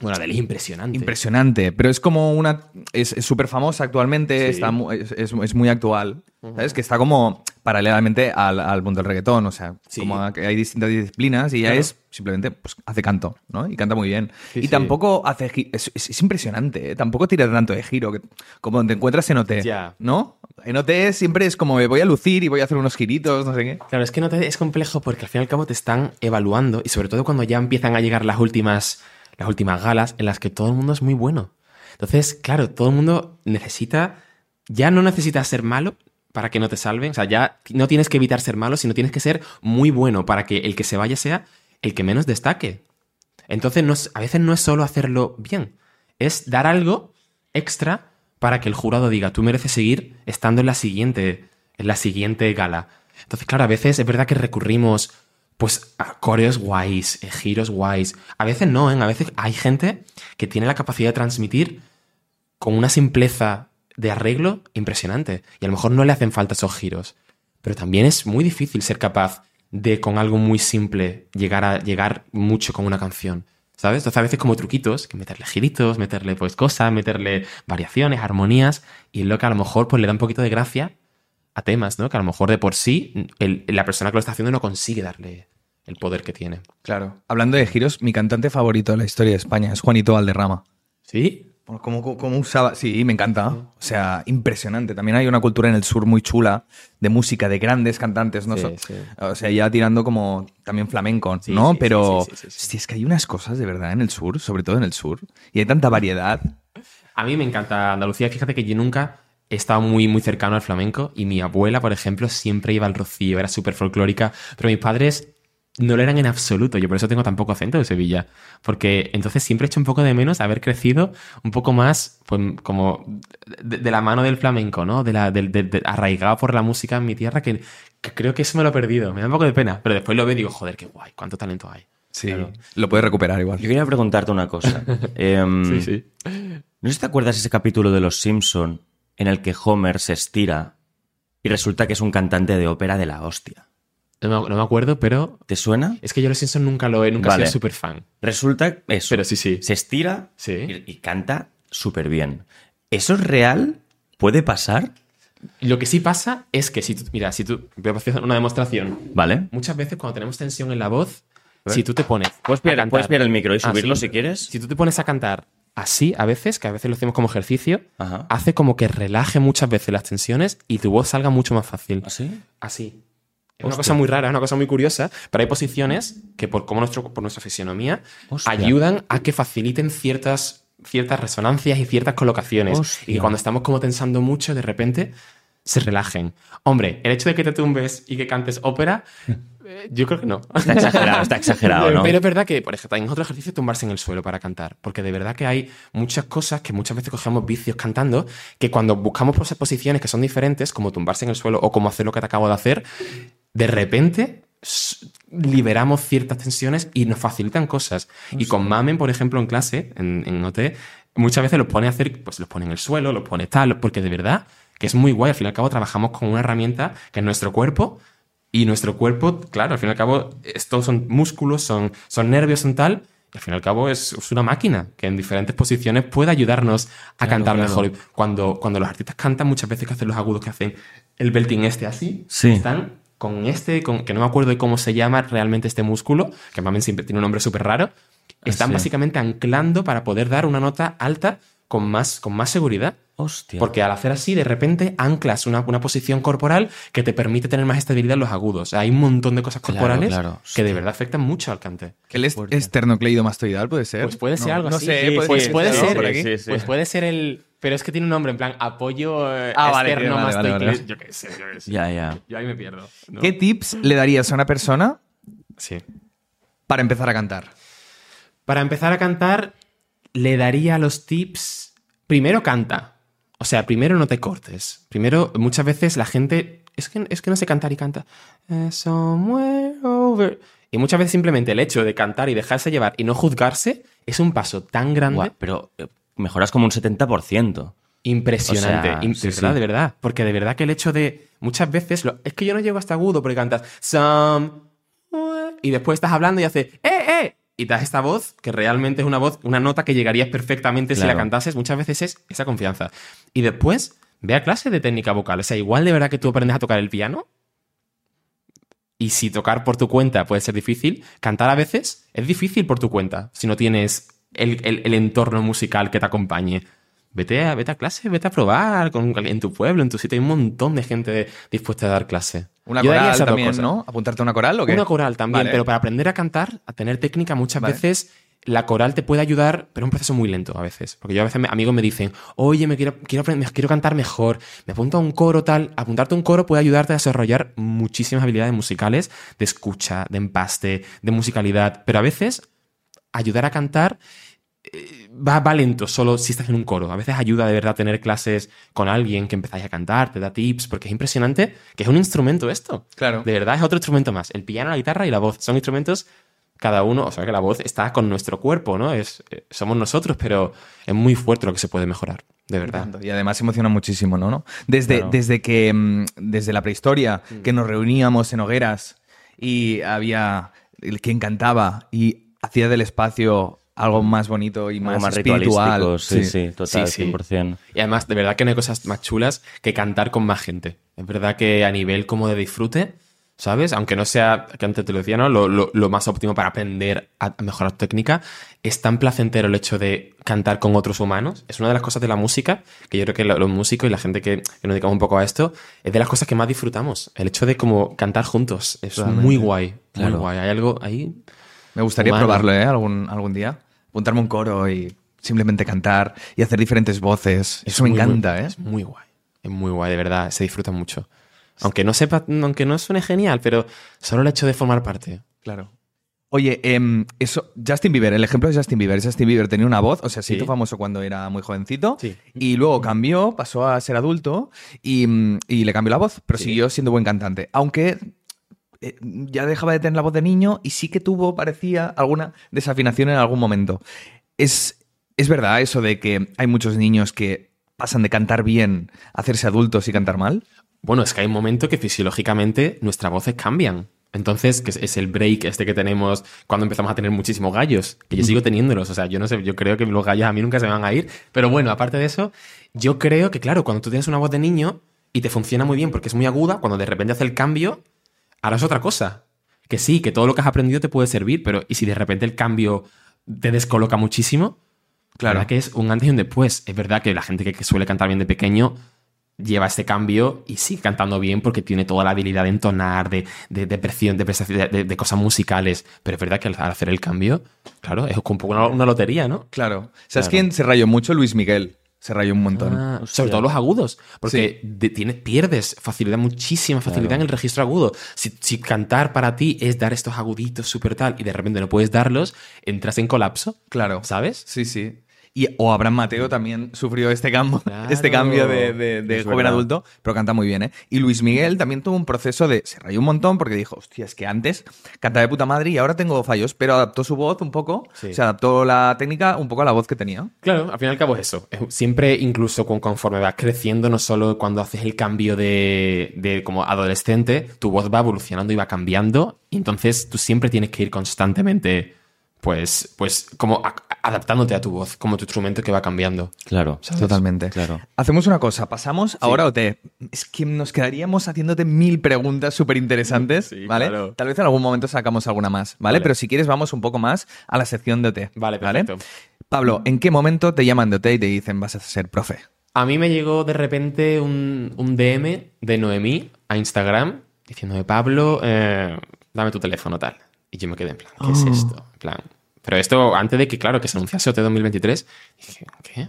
Bueno, Adele, impresionante. impresionante, pero es como una... Es es súper famosa actualmente, Sí. está mu- es, es- es muy actual, ¿sabes? Que está como paralelamente al, al mundo del reggaetón, o sea, Sí. como a- que hay distintas disciplinas y ya Claro. es simplemente, pues hace canto, ¿no? Y canta muy bien. Sí, y sí. tampoco hace... gi- Es, es- es impresionante, ¿eh? tampoco tira tanto de giro, que- como te encuentras en OT, Ya. ¿no? En OT siempre es como, me voy a lucir y voy a hacer unos giritos, no sé qué. Claro, es que no te- es complejo porque al fin y al cabo te están evaluando y sobre todo cuando ya empiezan a llegar las últimas, las últimas galas en las que todo el mundo es muy bueno. Entonces, claro, todo el mundo necesita, ya no necesitas ser malo para que no te salven, o sea, ya no tienes que evitar ser malo, sino tienes que ser muy bueno para que el que se vaya sea el que menos destaque. Entonces, no es- a veces no es solo hacerlo bien, es dar algo extra para que el jurado diga, tú mereces seguir estando en la siguiente, en la siguiente gala. Entonces, claro, a veces es verdad que recurrimos pues a coreos guays, eh, giros guays. A veces no, ¿eh? a veces hay gente que tiene la capacidad de transmitir con una simpleza de arreglo impresionante. Y a lo mejor no le hacen falta esos giros. Pero también es muy difícil ser capaz de, con algo muy simple, llegar a llegar mucho con una canción. ¿Sabes? Entonces a veces como truquitos, que meterle giritos, meterle pues cosas, meterle variaciones, armonías, y es lo que a lo mejor pues le da un poquito de gracia a temas, ¿no? Que a lo mejor de por sí el- la persona que lo está haciendo no consigue darle el poder que tiene. Claro. Hablando de giros, mi cantante favorito de la historia de España es Juanito Valderrama. ¿Sí? Bueno, ¿Cómo, cómo- cómo usaba? Sí, me encanta. O sea, impresionante. También hay una cultura en el sur muy chula de música, de grandes cantantes, ¿no? Sí, So- sí. O sea, ya tirando como también flamenco, Sí, ¿no? sí, sí, Pero sí, sí, sí, sí. hostia, es que hay unas cosas de verdad en el sur, sobre todo en el sur, y hay tanta variedad. A mí me encanta Andalucía. Fíjate que yo nunca he estado muy, muy cercano al flamenco y mi abuela, por ejemplo, siempre iba al rocío, era súper folclórica, pero mis padres no lo eran en absoluto. Yo por eso tengo tan poco acento de Sevilla, porque entonces siempre he hecho un poco de menos haber crecido un poco más pues, como de, de la mano del flamenco, ¿no? De la, del- del- del- arraigado por la música en mi tierra, que, que creo que eso me lo he perdido. Me da un poco de pena, pero después lo veo y digo, joder, qué guay, cuánto talento hay. Sí. Claro. Lo puedes recuperar igual. Yo quería preguntarte una cosa. Em, Sí, sí. ¿No sé si te acuerdas ese capítulo de Los Simpson en el que Homer se estira y resulta que es un cantante de ópera de la hostia? No me, no me acuerdo, pero ¿Te suena? es que yo los Simpsons nunca lo he, nunca he Vale. sido súper fan. Resulta eso. Pero sí, sí. Se estira Sí. y, y canta súper bien. ¿Eso es real? ¿Puede pasar? Lo que sí pasa es que si tú, mira, si tú, voy a hacer una demostración. ¿Vale? Muchas veces cuando tenemos tensión en la voz, ver. si tú te pones, Puedes a mirar, cantar- puedes mirar el micro y Ah, subirlo sí. si quieres. Si tú te pones a cantar así a veces, que a veces lo hacemos como ejercicio, Ajá. hace como que relaje muchas veces las tensiones y tu voz salga mucho más fácil. ¿Así? Así. Es una cosa muy rara, es una cosa muy curiosa, pero hay posiciones que por, como nuestro, por nuestra fisionomía Hostia. ayudan a que faciliten ciertas, ciertas resonancias y ciertas colocaciones. Hostia. Y que cuando estamos como tensando mucho, de repente se relajen. Hombre, el hecho de que te tumbes y que cantes ópera, eh, yo creo que no. Está exagerado, está exagerado, ¿no? Pero es verdad que, por ejemplo, también es otro ejercicio tumbarse en el suelo para cantar, porque de verdad que hay muchas cosas que muchas veces cogemos vicios cantando, que cuando buscamos pos- posiciones que son diferentes, como tumbarse en el suelo o como hacer lo que te acabo de hacer, de repente s- liberamos ciertas tensiones y nos facilitan cosas. Y con Mamen, por ejemplo, en clase, en, en OT, muchas veces los pone a hacer, pues los pone en el suelo, los pone tal, porque de verdad que es muy guay. Al fin y al cabo trabajamos con una herramienta que es nuestro cuerpo y nuestro cuerpo, claro, al fin y al cabo, estos son músculos, son, son nervios, son tal. y al fin y al cabo es, es una máquina que en diferentes posiciones puede ayudarnos a cantar mejor. Cuando, cuando los artistas cantan, muchas veces que hacen los agudos que hacen el belting este así, Sí. están con este, con, que no me acuerdo de cómo se llama realmente este músculo, que mamen siempre tiene un nombre súper raro, están Ah, sí. básicamente anclando para poder dar una nota alta con más, con más seguridad. Hostia. Porque al hacer así, de repente anclas una, una posición corporal que te permite tener más estabilidad en los agudos. Hay un montón de cosas Claro, corporales claro. que de verdad afectan mucho al cante. ¿El est- esternocleidomastoidal puede ser? Pues puede ser No, algo no así. sé, Sí, puede, pues ser, puede ¿no? ser. Por aquí. Sí, sí. Pues puede ser el. Pero es que tiene un nombre, en plan, apoyo eh, Ah, vale, externo vale, vale, vale. mastoicle- Yo qué sé, yo qué sé. Ya, ya. Yo ahí me pierdo. ¿no? ¿Qué tips le darías a una persona Sí. para empezar a cantar? Para empezar a cantar, le daría los tips. Primero canta. O sea, primero no te cortes. Primero, muchas veces la gente. Es que, es que no sé cantar y canta. "Eh, Somewhere over. Y muchas veces simplemente el hecho de cantar y dejarse llevar y no juzgarse es un paso tan grande. Guau, pero eh, mejoras como un 70%. Impresionante, O sea, im- sí, de verdad, sí. de verdad. Porque de verdad que el hecho de. Muchas veces. lo- es que yo no llego hasta agudo porque cantas. Some. Y después estás hablando y haces. ¡Eh, eh! Y das esta voz, que realmente es una voz, una nota que llegarías perfectamente si la Claro. cantases. Muchas veces es esa confianza. Y después, ve a clase de técnica vocal. O sea, igual de verdad que tú aprendes a tocar el piano. Y si tocar por tu cuenta puede ser difícil, cantar a veces es difícil por tu cuenta, si no tienes el, el- el entorno musical que te acompañe. Vete a, vete a clase, vete a probar con, en tu pueblo, en tu sitio. Hay un montón de gente dispuesta a dar clase. Una Yo daría coral esas dos también, cosas. ¿no? ¿Apuntarte a una coral o qué? Una coral también, Vale. pero para aprender a cantar, a tener técnica, muchas Vale. veces la coral te puede ayudar, pero es un proceso muy lento a veces. Porque yo a veces me- amigos me dicen, oye, me quiero, quiero, aprend- me quiero cantar mejor, me apunto a un coro tal. Apuntarte a un coro puede ayudarte a desarrollar muchísimas habilidades musicales de escucha, de empaste, de musicalidad, pero a veces ayudar a cantar eh, va, va lento solo si estás en un coro. A veces ayuda de verdad tener clases con alguien que empezáis a cantar, te da tips, porque es impresionante que es un instrumento esto. Claro. De verdad es otro instrumento más. El piano, la guitarra y la voz son instrumentos cada uno, o sea que la voz está con nuestro cuerpo, ¿no? Es, eh, somos nosotros, pero es muy fuerte lo que se puede mejorar, de verdad. Y además emociona muchísimo, ¿no? ¿No? Desde, desde que mm, desde la prehistoria, que nos reuníamos en hogueras y había el quien cantaba y hacía del espacio algo más bonito y más, Algo más espiritual. ritualístico, sí, sí, total, Sí, sí. 100%. Y además, de verdad que no hay cosas más chulas que cantar con más gente. Es verdad que a nivel como de disfrute, ¿sabes? Aunque no sea, que antes te lo decía, ¿no? Lo, lo- lo más óptimo para aprender a a mejorar tu técnica, es tan placentero el hecho de cantar con otros humanos. Es una de las cosas de la música, que yo creo que lo- los músicos y la gente que, que nos dedicamos un poco a esto, es de las cosas que más disfrutamos. El hecho de como cantar juntos. Es muy guay. Claro. Muy guay. Hay algo ahí Me gustaría Humano. probarlo, ¿eh? Algún, algún día. Apuntarme a un coro y simplemente cantar y hacer diferentes voces. Eso me muy, muy- encanta, ¿eh? Es muy guay. Es muy guay, de verdad. Se disfruta mucho. Aunque no sepa, aunque no suene genial, pero solo el hecho de formar parte. Claro. Oye, em, eso, Justin Bieber, el ejemplo de Justin Bieber. Justin Bieber tenía una voz, o sea, se Sí. hizo famoso cuando era muy jovencito. Sí. Y luego cambió, pasó a ser adulto y, mm, y le cambió la voz, pero Sí. siguió siendo buen cantante. Aunque eh, ya dejaba de tener la voz de niño y sí que tuvo, parecía, alguna desafinación en algún momento. Es, es verdad eso de que hay muchos niños que pasan de cantar bien a hacerse adultos y cantar mal. Bueno, es que hay un momento que fisiológicamente nuestras voces cambian. Entonces, que es- es el break este que tenemos cuando empezamos a tener muchísimos gallos, que yo sigo teniéndolos, o sea, yo no sé, yo creo que los gallos a mí nunca se me van a ir, pero bueno, aparte de eso, yo creo que claro, cuando tú tienes una voz de niño y te funciona muy bien porque es muy aguda, cuando de repente hace el cambio, harás otra cosa. Que sí, que todo lo que has aprendido te puede servir, pero ¿y si de repente el cambio te descoloca muchísimo? Claro. La verdad que es un antes y un después. Es verdad que la gente que, que suele cantar bien de pequeño lleva este cambio y sigue cantando bien porque tiene toda la habilidad de entonar, de, de, de presión, de, prestación, de, de- de cosas musicales. Pero es verdad que al, al hacer el cambio, claro, es un poco una, una lotería, ¿no? Claro. ¿Sabes Claro. quién se rayó mucho? Luis Miguel. Se rayó un montón. Ah, Hostia. sobre todo los agudos, porque de- tienes, pierdes facilidad, muchísima facilidad Claro. en el registro agudo. Si, si cantar para ti es dar estos aguditos súper tal y de repente no puedes darlos, entras en colapso, Claro. ¿sabes? Sí, sí. Y, o Abraham Mateo también sufrió este cambio, Claro. este cambio de, de- de Es joven verdad. adulto, pero canta muy bien, ¿eh? Y Luis Miguel también tuvo un proceso de. Se rayó un montón porque dijo, hostia, es que antes cantaba de puta madre y ahora tengo fallos, pero adaptó su voz un poco, Sí. se adaptó la técnica un poco a la voz que tenía. Claro, al fin y al cabo es eso. Es- Siempre, incluso con- conforme vas creciendo, no solo cuando haces el cambio de, de como adolescente, tu voz va evolucionando y va cambiando. Y entonces tú siempre tienes que ir constantemente, pues, pues, como a- adaptándote a tu voz, como tu instrumento que va cambiando. Claro, ¿sabes? Totalmente. claro. Hacemos una cosa, pasamos ahora a OT. Es que nos quedaríamos haciéndote mil preguntas súper interesantes, Sí, ¿vale? claro. Tal vez en algún momento sacamos alguna más, ¿vale? Vale. Pero si quieres vamos un poco más a la sección de OT. Vale, perfecto. Pablo, ¿en qué momento te llaman de OT y te dicen vas a ser profe? A mí me llegó de repente un, un DM de Noemí a Instagram diciéndome, Pablo, eh, dame tu teléfono tal. Y yo me quedé en plan, ¿qué es esto? En plan, pero esto antes de que, claro, que se anunciase OT 2023, dije, ¿qué?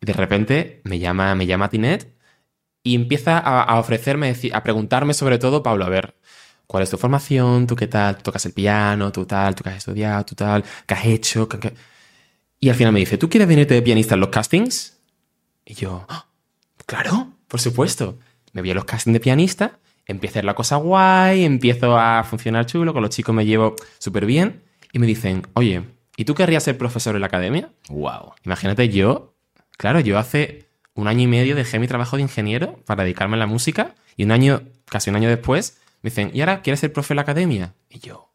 Y de repente me llama, me llama Tinet y empieza a, a ofrecerme, deci- a preguntarme sobre todo, Pablo, a ver, ¿cuál es tu formación? ¿Tú qué tal? ¿Tú tocas el piano? ¿Tú tal? ¿Tú qué has estudiado? ¿Tú tal? ¿Qué has hecho? ¿Qué- qué? Y al final me dice, ¿tú quieres venirte de pianista en los castings? Y yo, "Ah, claro, por supuesto. Me voy a los castings de pianista, empieza a ir la cosa guay, empiezo a funcionar chulo, con los chicos me llevo súper bien. Y me dicen, oye, ¿y tú querrías ser profesor en la academia? Wow. Imagínate yo, claro, yo hace un año y medio dejé mi trabajo de ingeniero para dedicarme a la música y un año, casi un año después, me dicen, ¿y ahora quieres ser profe en la academia? Y yo,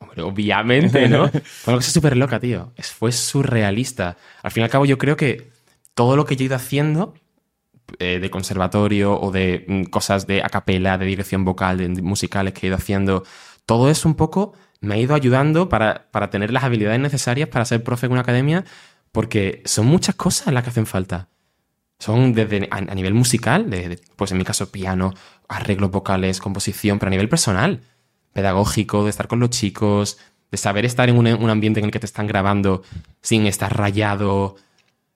hombre, obviamente, ¿no? Fue una cosa súper loca, tío. Es- fue surrealista. Al fin y al cabo, yo creo que todo lo que yo he ido haciendo eh, de conservatorio o de mm, cosas de a capela, de dirección vocal, de musicales que he ido haciendo, todo eso un poco me ha ido ayudando para, para tener las habilidades necesarias para ser profe en una academia, porque son muchas cosas las que hacen falta. Son desde a, a nivel musical, de- de, pues en mi caso piano, arreglos vocales, composición, pero a nivel personal, pedagógico, de estar con los chicos, de saber estar en un, un ambiente en el que te están grabando sin estar rayado.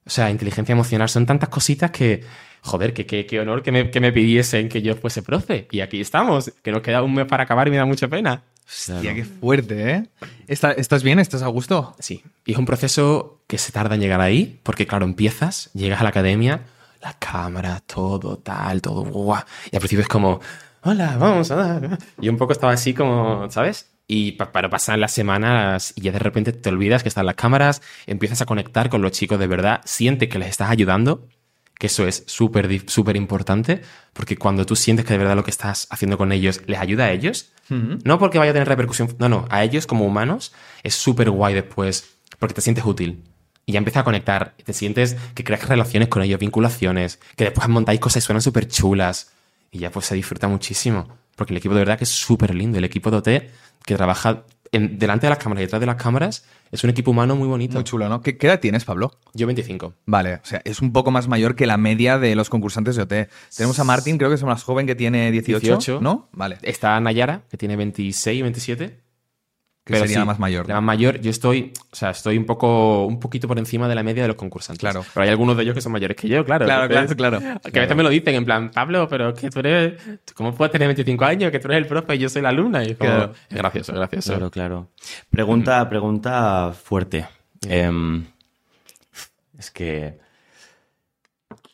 O sea, inteligencia emocional son tantas cositas que, joder, que, que- qué honor que me, que me pidiesen que yo fuese profe. Y aquí estamos, que nos queda un mes para acabar y me da mucha pena. Hostia, qué fuerte, ¿eh? ¿Está- ¿Estás bien? ¿Estás a gusto? Sí. Y es un proceso que se tarda en llegar ahí, porque claro, empiezas, llegas a la academia, la cámara, todo tal, todo guau. Y al principio es como, hola, vamos a dar. Yo un poco estaba así como, ¿sabes? Y pa- para pasar las semanas y ya de repente te olvidas que están las cámaras, empiezas a conectar con los chicos de verdad, sientes que les estás ayudando, que eso es súper, dif- súper importante, porque cuando tú sientes que de verdad lo que estás haciendo con ellos les ayuda a ellos, no porque vaya a tener repercusión, no, no, a ellos como humanos es súper guay después porque te sientes útil. Y ya empiezas a conectar, y te sientes que creas relaciones con ellos, vinculaciones, que después montáis cosas y suenan súper chulas. Y ya pues se disfruta muchísimo, porque el equipo de verdad que es súper lindo. El equipo de OT que trabaja en- delante de las cámaras y detrás de las cámaras es un equipo humano muy bonito. Muy chulo, ¿no? ¿Qué, qué edad tienes, Pablo? Yo 25. Vale, o sea, es un poco más mayor que la media de los concursantes de OT. Tenemos a Martín, creo que es el más joven que tiene 18, 18. ¿no? Vale. Está Nayara, que tiene 26, 27. Que Pero sería sí, la más mayor. La más mayor, yo estoy, o sea, estoy un poco, un poquito por encima de la media de los concursantes. Claro. Pero hay algunos de ellos que son mayores que yo, claro. Claro, Entonces, claro, Que claro. a veces me lo dicen en plan, Pablo, pero es que tú eres, ¿tú ¿cómo puedes tener 25 años? Que tú eres el profe y yo soy la alumna. Y es como, Claro. es gracioso, es gracioso. Claro, claro. Pregunta, pregunta fuerte. Em, es que.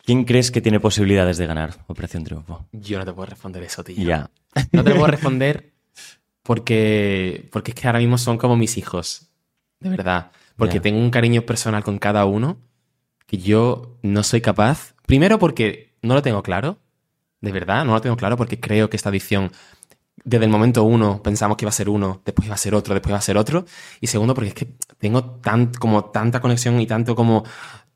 ¿Quién crees que tiene posibilidades de ganar Operación Triunfo? Yo no te puedo responder eso, tío. Ya. No te puedo responder porque, porque es que ahora mismo son como mis hijos. De verdad. Porque Ya. tengo un cariño personal con cada uno que yo no soy capaz. Primero porque no lo tengo claro. De verdad, no lo tengo claro porque creo que esta edición, desde el momento uno, pensamos que iba a ser uno, después iba a ser otro, después iba a ser otro. Y segundo porque es que tengo tan, como tanta conexión y tanto como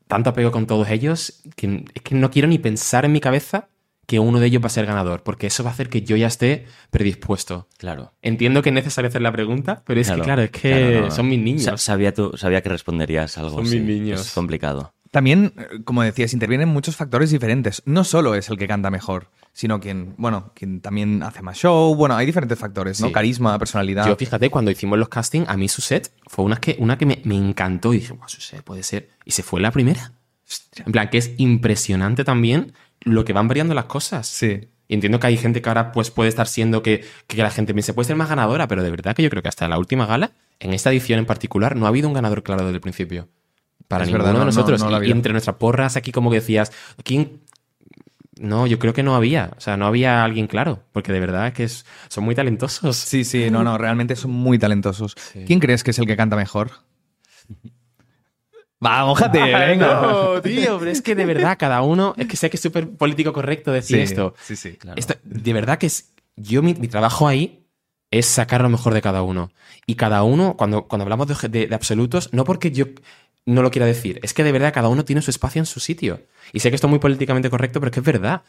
tanto apego con todos ellos que es que no quiero ni pensar en mi cabeza que uno de ellos va a ser ganador, porque eso va a hacer que yo ya esté predispuesto. Claro. Entiendo que es necesario hacer la pregunta, pero es que, claro, es que claro, no, no. son mis niños. Sa- sabía, tú- sabía que responderías algo Son así. mis niños. Es complicado. También, eh, como decías, intervienen muchos factores diferentes. No solo es el que canta mejor, sino quien, bueno, quien también hace más show. Bueno, hay diferentes factores, ¿no? Sí. Carisma, personalidad. Yo, fíjate, cuando hicimos los castings, a mí Suset fue una que, una que me, me encantó. Y dije, wow, Suset puede ser. Y se fue la primera. En plan, que es impresionante también lo que van variando las cosas. Sí. Y entiendo que hay gente que ahora pues, puede estar siendo que, que la gente piense, puede ser más ganadora, pero de verdad que yo creo que hasta la última gala, en esta edición en particular, no ha habido un ganador claro desde el principio. Para Es ninguno verdad, de no, no, nosotros. no lo ha Y- y habido. entre nuestras porras, aquí como que decías, ¿quién? No, yo creo que no había. O sea, no había alguien claro. Porque de verdad es que es- son muy talentosos. Sí, sí, no, no, realmente son muy talentosos. ¿Quién crees que es el que canta mejor? Va, mójate, venga. No, tío, pero es que de verdad, cada uno. Es que sé que es súper político correcto decir esto. Sí, sí. Claro. Esto, de verdad que es. Yo, mi, mi trabajo ahí es sacar lo mejor de cada uno. Y cada uno, cuando, cuando hablamos de, de- de absolutos, no porque yo no lo quiera decir, es que de verdad cada uno tiene su espacio en su sitio. Y sé que esto es muy políticamente correcto, pero es que es verdad.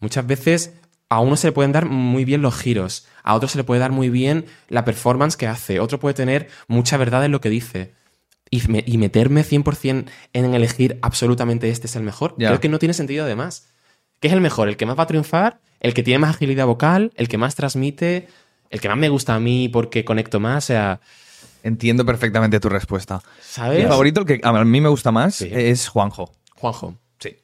Muchas veces a uno se le pueden dar muy bien los giros, a otro se le puede dar muy bien la performance que hace, otro puede tener mucha verdad en lo que dice. Y, me- y meterme 100% en elegir absolutamente este es el mejor, Ya. creo que no tiene sentido además. ¿Qué es el mejor? ¿El que más va a triunfar? ¿El que tiene más agilidad vocal? ¿El que más transmite? ¿El que más me gusta a mí porque conecto más? O sea, Entiendo perfectamente tu respuesta. ¿sabes? Mi favorito, el que a mí me gusta más, Sí. es Juanjo. Juanjo. Sí.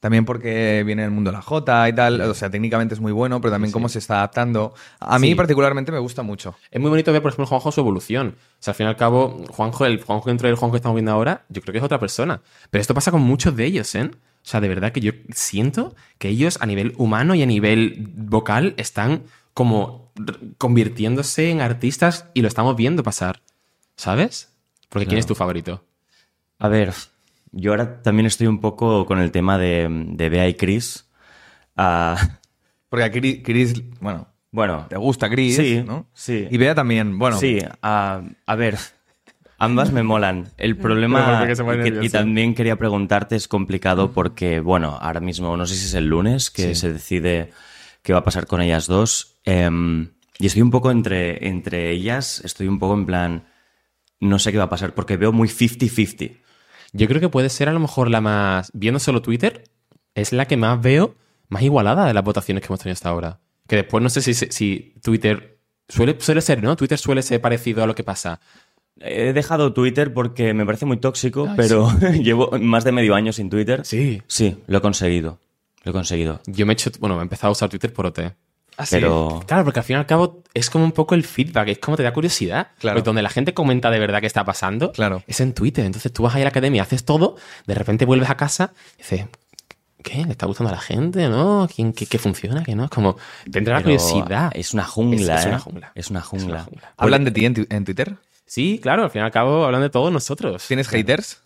También porque viene del mundo de la J y tal. O sea, técnicamente es muy bueno, pero también Sí, sí. cómo se está adaptando. A mí Sí. particularmente me gusta mucho. Es muy bonito ver, por ejemplo, Juanjo su evolución. O sea, al fin y al cabo, Juanjo, el Juanjo dentro del Juanjo que estamos viendo ahora, yo creo que es otra persona. Pero esto pasa con muchos de ellos, ¿eh? O sea, de verdad que yo siento que ellos a nivel humano y a nivel vocal están como r- convirtiéndose en artistas y lo estamos viendo pasar. ¿Sabes? Porque ¿quién Claro. es tu favorito? A ver, yo ahora también estoy un poco con el tema de, de Bea y Chris. Ah, Porque a Chris, Chris, bueno, bueno, te gusta Chris, Sí, ¿no? sí. Y Bea también, bueno. sí, ah, a ver, ambas me molan. El Pero problema porque se pone y, que- y nervioso. también quería preguntarte es complicado porque, bueno, ahora mismo no sé si es el lunes que Sí. se decide qué va a pasar con ellas dos. Em, y estoy un poco entre, entre ellas, estoy un poco en plan, no sé qué va a pasar porque veo muy 50-50. Yo creo que puede ser a lo mejor la más. Viendo solo Twitter, es la que más veo más igualada de las votaciones que hemos tenido hasta ahora. Que después no sé si, si Twitter. Suele, suele ser, ¿no? Twitter suele ser parecido a lo que pasa. He dejado Twitter porque me parece muy tóxico, Ay, pero llevo más de medio año sin Twitter. Sí. Sí, lo he conseguido. Lo he conseguido. Yo me he hecho. Bueno, me he empezado a usar Twitter por E. OT. Ah, sí. Pero Claro, porque al fin y al cabo es como un poco el feedback, es como te da curiosidad. Claro. Porque donde la gente comenta de verdad qué está pasando Claro. es en Twitter. Entonces tú vas ahí a la academia, haces todo, de repente vuelves a casa y dices, ¿qué? ¿Le está gustando a la gente? ¿No? ¿Quién- qué, qué funciona? ¿Qué no? Es como, tendrá la pero curiosidad. Es una jungla, Es- es ¿eh? una jungla. Es una jungla. Es una jungla. ¿Hablan de ti en, tu- en Twitter? Sí, claro, al fin y al cabo hablan de todos nosotros. ¿Tienes haters?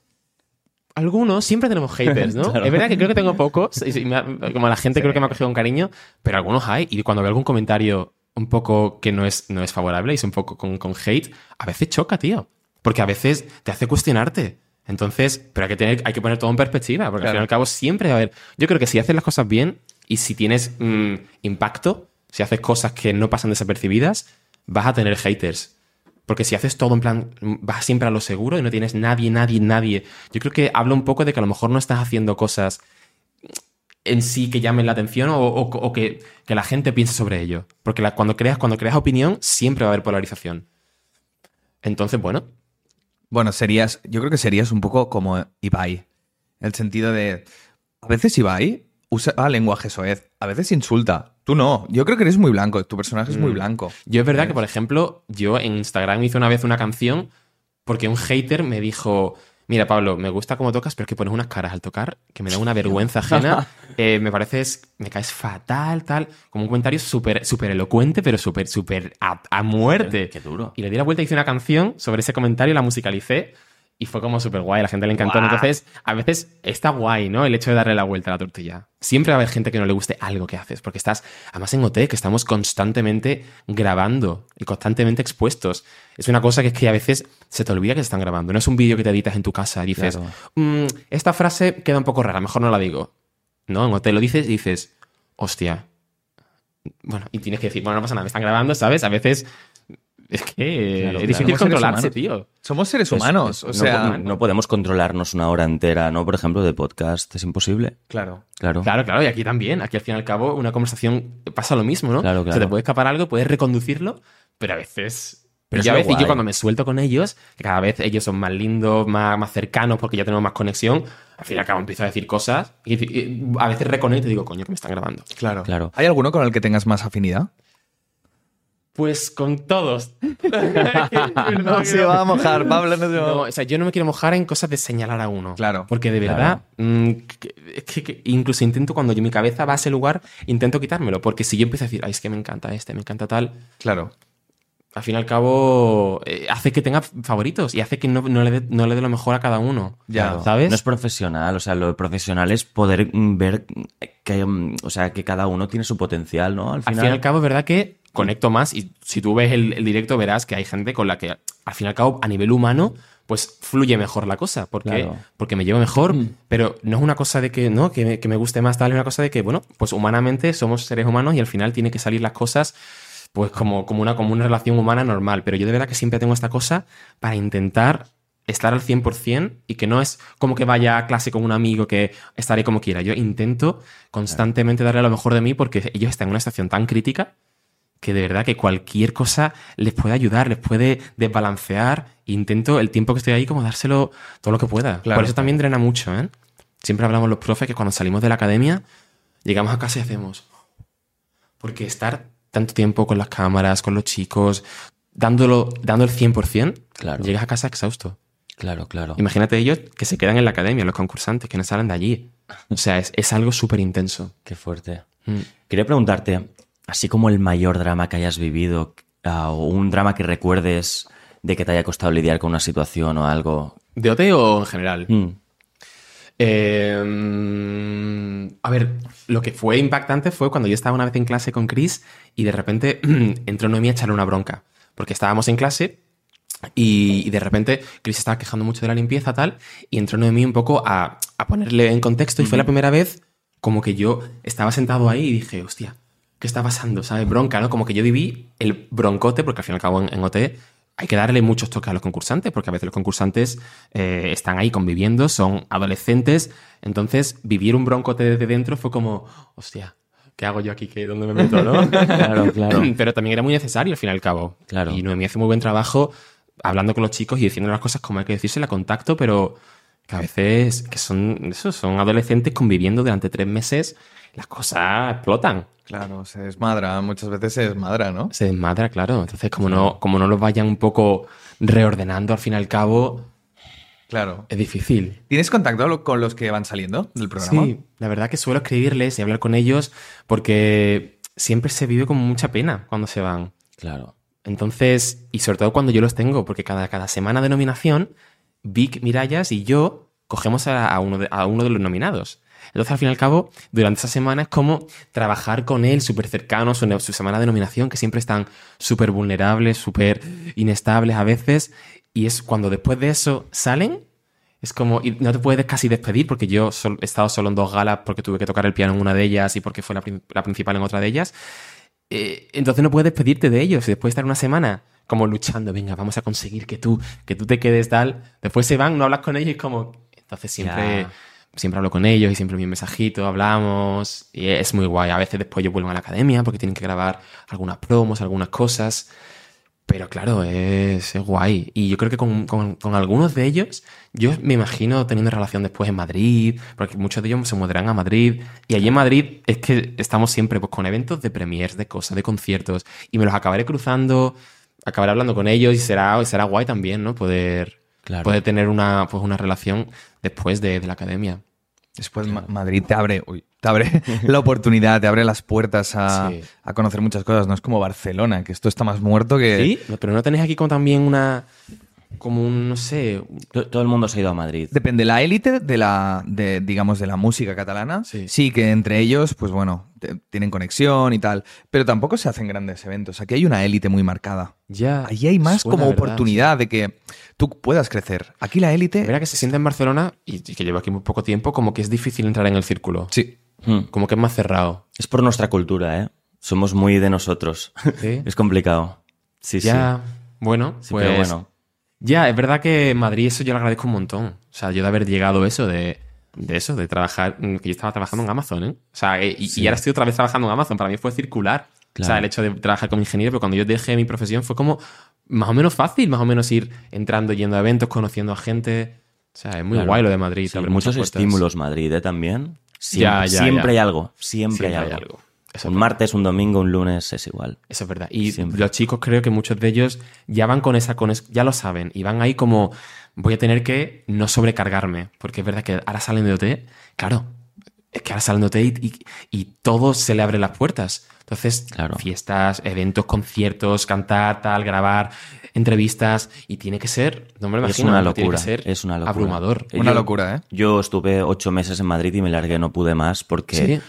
Algunos siempre tenemos haters, ¿no? Es verdad que creo que tengo pocos, y- y me ha- como la gente creo que me ha cogido con cariño, pero algunos hay. Y cuando veo algún comentario un poco que no es, no es favorable y es un poco con, con hate, a veces choca, tío. Porque a veces te hace cuestionarte. Entonces, pero hay que, tener, hay que poner todo en perspectiva, porque Claro. al fin y al cabo siempre, a ver, yo creo que si haces las cosas bien y si tienes mm, impacto, si haces cosas que no pasan desapercibidas, vas a tener haters. Porque si haces todo en plan, mm, vas siempre a lo seguro y no tienes nadie, nadie, nadie. Yo creo que habla un poco de que a lo mejor no estás haciendo cosas en sí que llamen la atención o, o- o que, que la gente piense sobre ello. Porque la- cuando, creas, cuando creas opinión, siempre va a haber polarización. Entonces, bueno, Bueno, serías, yo creo que serías un poco como Ibai. En el sentido de, a veces Ibai usa ah, lenguaje soez, a veces insulta. Tú no, yo creo que eres muy blanco, tu personaje es muy blanco. Yo es verdad que, por ejemplo, yo en Instagram hice una vez una canción porque un hater me dijo, mira Pablo, me gusta cómo tocas, pero es que pones unas caras al tocar que me da una vergüenza ajena, Eh, me pareces, me caes fatal, tal, como un comentario súper súper elocuente, pero súper, súper a, a muerte. Qué duro. Y le di la vuelta, hice una canción sobre ese comentario, la musicalicé y fue como súper guay, a la gente le encantó. Entonces, a veces está guay, ¿no? El hecho de darle la vuelta a la tortilla. Siempre va a haber gente que no le guste algo que haces, porque estás, además en OT, que estamos constantemente grabando y constantemente expuestos. Es una cosa que es que a veces se te olvida que se están grabando. No es un vídeo que te editas en tu casa y dices, Claro. "Mm, esta frase queda un poco rara, mejor no la digo. No, en OT lo dices y dices, hostia. Bueno, y tienes que decir, bueno, no pasa nada, me están grabando, ¿sabes? A veces es que Claro, es difícil claro. controlarse, Somos seres tío. Somos seres Es- humanos, es- o no sea, po- "Ah, no, podemos controlarnos una hora entera, ¿no? Por ejemplo, de podcast. Es imposible. Claro. Claro. Claro, claro, y aquí también. Aquí al fin y al cabo, una conversación pasa lo mismo, ¿no? Claro, Se te claro. puede escapar algo, puedes reconducirlo, pero a veces. Pero y yo es a lo veces, yo guay. cuando me suelto con ellos, que cada vez ellos son más lindos, más, más cercanos, porque ya tenemos más conexión, al fin y al cabo empiezo a decir cosas y, y- y a veces reconecto y digo, coño, que me están grabando. claro. Claro. ¿Hay alguno con el que tengas más afinidad? Pues con todos. no a mojar, Pablo, no se No, o sea, yo no me quiero mojar en cosas de señalar a uno. Claro. Porque de verdad, mm, que- es que, que incluso intento cuando yo- mi cabeza va a ese lugar, intento quitármelo. Porque si yo empiezo a decir, ay, es que me encanta este, me encanta tal, Claro. al fin y al cabo eh, hace que tenga favoritos y hace que no, no le dé no le dé lo mejor a cada uno. Ya. Claro. ¿Sabes? No es profesional, o sea, lo profesional es poder mm, ver que, mm, o sea, que cada uno tiene su potencial, ¿no? Al Al final, fin y al cabo, es verdad que conecto más y si tú ves el, el directo verás que hay gente con la que, al fin y al cabo, a nivel humano, pues fluye mejor la cosa. porque Claro. Mm. Porque me llevo mejor, pero no es una cosa de que, ¿no? Que me, que me guste más tal, es una cosa de que, bueno, pues humanamente somos seres humanos y al final tiene que salir las cosas pues como, como, una, como una relación humana normal. Pero yo de verdad que siempre tengo esta cosa para intentar estar al 100% y que no es como que vaya a clase con un amigo que estaré como quiera. Yo intento constantemente darle lo mejor de mí porque ellos están en una situación tan crítica que de verdad que cualquier cosa les puede ayudar, les puede desbalancear. Intento el tiempo que estoy ahí como dárselo todo lo que pueda. Claro. Por eso también drena mucho, ¿eh? Siempre hablamos los profes que cuando salimos de la academia llegamos a casa y hacemos... Porque estar tanto tiempo con las cámaras, con los chicos, dándolo, dando el 100%, Claro. llegas a casa exhausto. Claro, claro. Imagínate ellos que se quedan en la academia, los concursantes, que no salen de allí. O sea, es, es algo súper intenso. Qué fuerte. Mm. Quería preguntarte, así como el mayor drama que hayas vivido, ah, o un drama que recuerdes de que te haya costado lidiar con una situación o algo. ¿De OT o en general? Mm, Eh, mm, a ver, lo que fue impactante fue cuando yo estaba una vez en clase con Chris y de repente entró Noemi a echarle una bronca. Porque estábamos en clase y, y de repente Chris estaba quejando mucho de la limpieza tal y entró Noemi un poco a, a ponerle en contexto y fue la primera vez como que yo estaba sentado ahí y dije, hostia, ¿qué está pasando? ¿Sabes? Bronca, ¿no? Como que yo viví el broncote, porque al fin y al cabo en, en OT hay que darle muchos toques a los concursantes, porque a veces los concursantes eh, están ahí conviviendo, son adolescentes, entonces vivir un broncote desde dentro fue como, hostia, ¿qué hago yo aquí? ¿Qué, ¿Dónde me meto? ¿no? Claro, claro. Pero también era muy necesario al fin y al cabo. Claro. Y Noemí hace muy buen trabajo hablando con los chicos y diciendo las cosas como hay que decirse, la contacto, pero que a veces que son, eso, son adolescentes conviviendo durante tres meses, las cosas explotan. Claro, se desmadra, muchas veces se desmadra, ¿no? Se desmadra, claro. Entonces, como no, como no los vayan un poco reordenando al fin y al cabo, Claro. es difícil. ¿Tienes contacto lo- con los que van saliendo del programa? Sí, la verdad que suelo escribirles y hablar con ellos porque siempre se vive con mucha pena cuando se van. claro. Entonces, y sobre todo cuando yo los tengo, porque cada, cada semana de nominación, Vic, Mirallas y yo cogemos a, a uno de, a uno de los nominados. Entonces, al fin y al cabo, durante esa semana es como trabajar con él súper cercano, su, su semana de nominación, que siempre están súper vulnerables, súper inestables a veces. Y es cuando después de eso salen, es como, y no te puedes casi despedir porque yo sol- he estado solo en dos galas porque tuve que tocar el piano en una de ellas y porque fue la, prin- la principal en otra de ellas. Eh, entonces no puedes despedirte de ellos y después de estar una semana como luchando, venga, vamos a conseguir que tú, que tú te quedes tal. Después se van, no hablas con ellos y es como, entonces siempre... Ya. Siempre hablo con ellos y siempre envío un mensajito, hablamos y es muy guay. A veces después yo vuelvo a la academia porque tienen que grabar algunas promos, algunas cosas. Pero claro, es, es guay. Y yo creo que con, con- con algunos de ellos, yo me imagino teniendo relación después en Madrid, porque muchos de ellos se mudarán a Madrid. Y allí en Madrid es que estamos siempre pues, con eventos de premiers, de cosas, de conciertos. Y me los acabaré cruzando, acabaré hablando con ellos y será, será guay también, ¿no? Poder, Claro. poder tener una, pues, una relación después de, de la academia. Después Ma- Madrid te abre, uy, te abre la oportunidad, te abre las puertas a, Sí. a conocer muchas cosas. No es como Barcelona, que esto está más muerto que... ¿Sí? Eh, Pero no tenéis aquí como también una. Como un, no sé. To- Todo el mundo se ha ido a Madrid. Depende, la élite de la, de, digamos, de la música catalana, Sí. sí, que entre ellos, pues bueno, te- tienen conexión y tal, pero tampoco se hacen grandes eventos. Aquí hay una élite muy marcada. Ya. Allí hay más Ah, Suena, como ¿verdad? oportunidad de que tú puedas crecer. Aquí la Sí. Verá élite... que se siente en Barcelona y, y que llevo aquí muy poco tiempo, como que es difícil entrar en el círculo. Sí, Hmm. Como que es más cerrado. Es por nuestra cultura, ¿eh? Somos muy de nosotros. Sí. es complicado. Sí, ya. Bueno, sí. Sí, pues. pero bueno. Ya, es verdad que en Madrid eso yo lo agradezco un montón. O sea, yo de haber llegado eso, de, de eso, de trabajar. mm, Que yo estaba trabajando en Amazon, ¿eh? O sea, eh, y, y ahora estoy otra vez trabajando en Amazon. Para mí fue circular. O sea, Claro. el hecho de trabajar como ingeniero, pero cuando yo dejé mi profesión fue como más o menos fácil, más o menos ir entrando, yendo a eventos, conociendo a gente. O sea, es muy Claro. guay lo de Madrid. te Sí, abre muchas muchos puertas. estímulos Madrid, ¿eh? También. Ya, Siempre, ya, siempre ya. hay algo. Siempre, hay algo. Eso Un martes, un domingo, un lunes es igual. Eso es verdad. Y Siempre. los chicos creo que muchos de ellos ya van con esa, con es- ya lo saben, y van ahí como, voy a tener que no sobrecargarme, porque es verdad que ahora salen de OT, claro, es que ahora salen de OT y, y- y todo se le abre las puertas. Entonces, Claro. fiestas, eventos, conciertos, cantar, tal, grabar, entrevistas, y tiene que ser, no me lo Es imagino, una tiene que locura. ser Es una locura. abrumador. Eh, una yo- locura, ¿eh? Yo estuve ocho meses en Madrid y me largué, no pude más porque, Sí.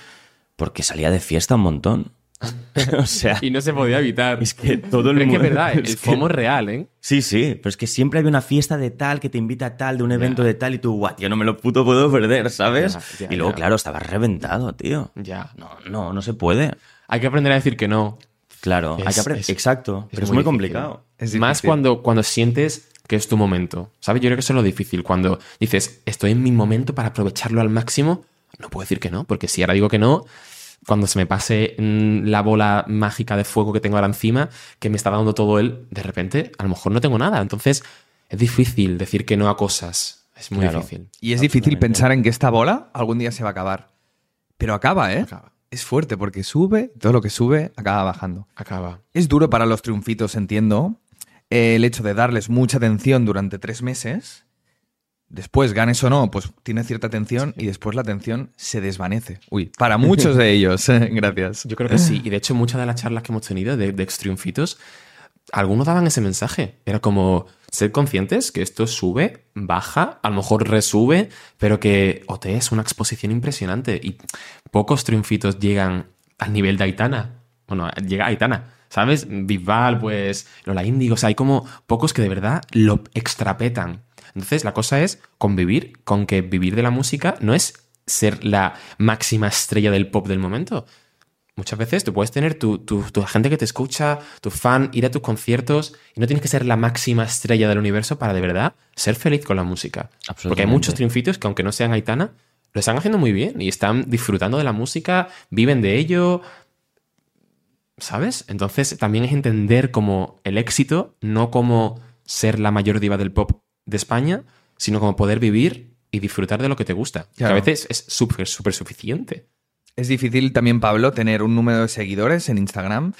porque salía de fiesta un montón. o sea, Y no se podía evitar. es que todo Pero el es que mundo. es verdad, el es que- FOMO es real, ¿eh? Sí, sí, pero es que siempre hay una fiesta de tal, que te invita a tal, de un evento de tal, y tú, guau, tío, no me lo puto puedo perder, ¿sabes? Ya, ya, y luego, ya. claro, estabas reventado, tío. Ya. No, no, no se puede. Hay que aprender a decir que no. Claro, hay Es- que aprender. es- Exacto, pero es muy difícil. ¿eh? complicado. Es Más difícil. cuando, cuando sientes que es tu momento. ¿Sabes? Yo creo que eso es lo difícil. Cuando dices, estoy en mi momento para aprovecharlo al máximo, no puedo decir que no, porque si ahora digo que no, cuando se me pase mm, la bola mágica de fuego que tengo ahora encima, que me está dando todo él, de repente, a lo mejor no tengo nada. Entonces, es difícil decir que no a cosas. Es muy Claro. difícil. Y es difícil Absolutamente. pensar en que esta bola algún día se va a acabar. Pero acaba, ¿eh? Acaba. Es fuerte porque sube, todo lo que sube acaba bajando. Acaba. Es duro para los triunfitos, entiendo, eh, el hecho de darles mucha atención durante tres meses. Después, ganes o no, pues tiene cierta atención y después la atención se desvanece. Uy, para muchos de ellos. eh, Gracias. Yo creo que sí. Y de hecho, muchas de las charlas que hemos tenido de, de extriunfitos, algunos daban ese mensaje. Era como, ser conscientes que esto sube, baja, a lo mejor resube, pero que OT es una exposición impresionante. Y pocos triunfitos llegan al nivel de Aitana. Bueno, llega Aitana. ¿Sabes? Bisbal, pues, Lola Índigo. O sea, hay como pocos que de verdad lo extrapetan. Entonces, la cosa es convivir con que vivir de la música no es ser la máxima estrella del pop del momento. Muchas veces tú puedes tener tu, tu, tu gente que te escucha, tu fan, ir a tus conciertos y no tienes que ser la máxima estrella del universo para de verdad ser feliz con la música. Absolutamente. Porque hay muchos triunfitos que aunque no sean haitana, lo están haciendo muy bien y están disfrutando de la música, viven de ello, ¿sabes? Entonces también es entender como el éxito, no como ser la mayor diva del pop de España, sino como poder vivir y disfrutar de lo que te gusta. Que Claro. a veces es súper, súper suficiente. Es difícil también, Pablo, tener un número de seguidores en Instagram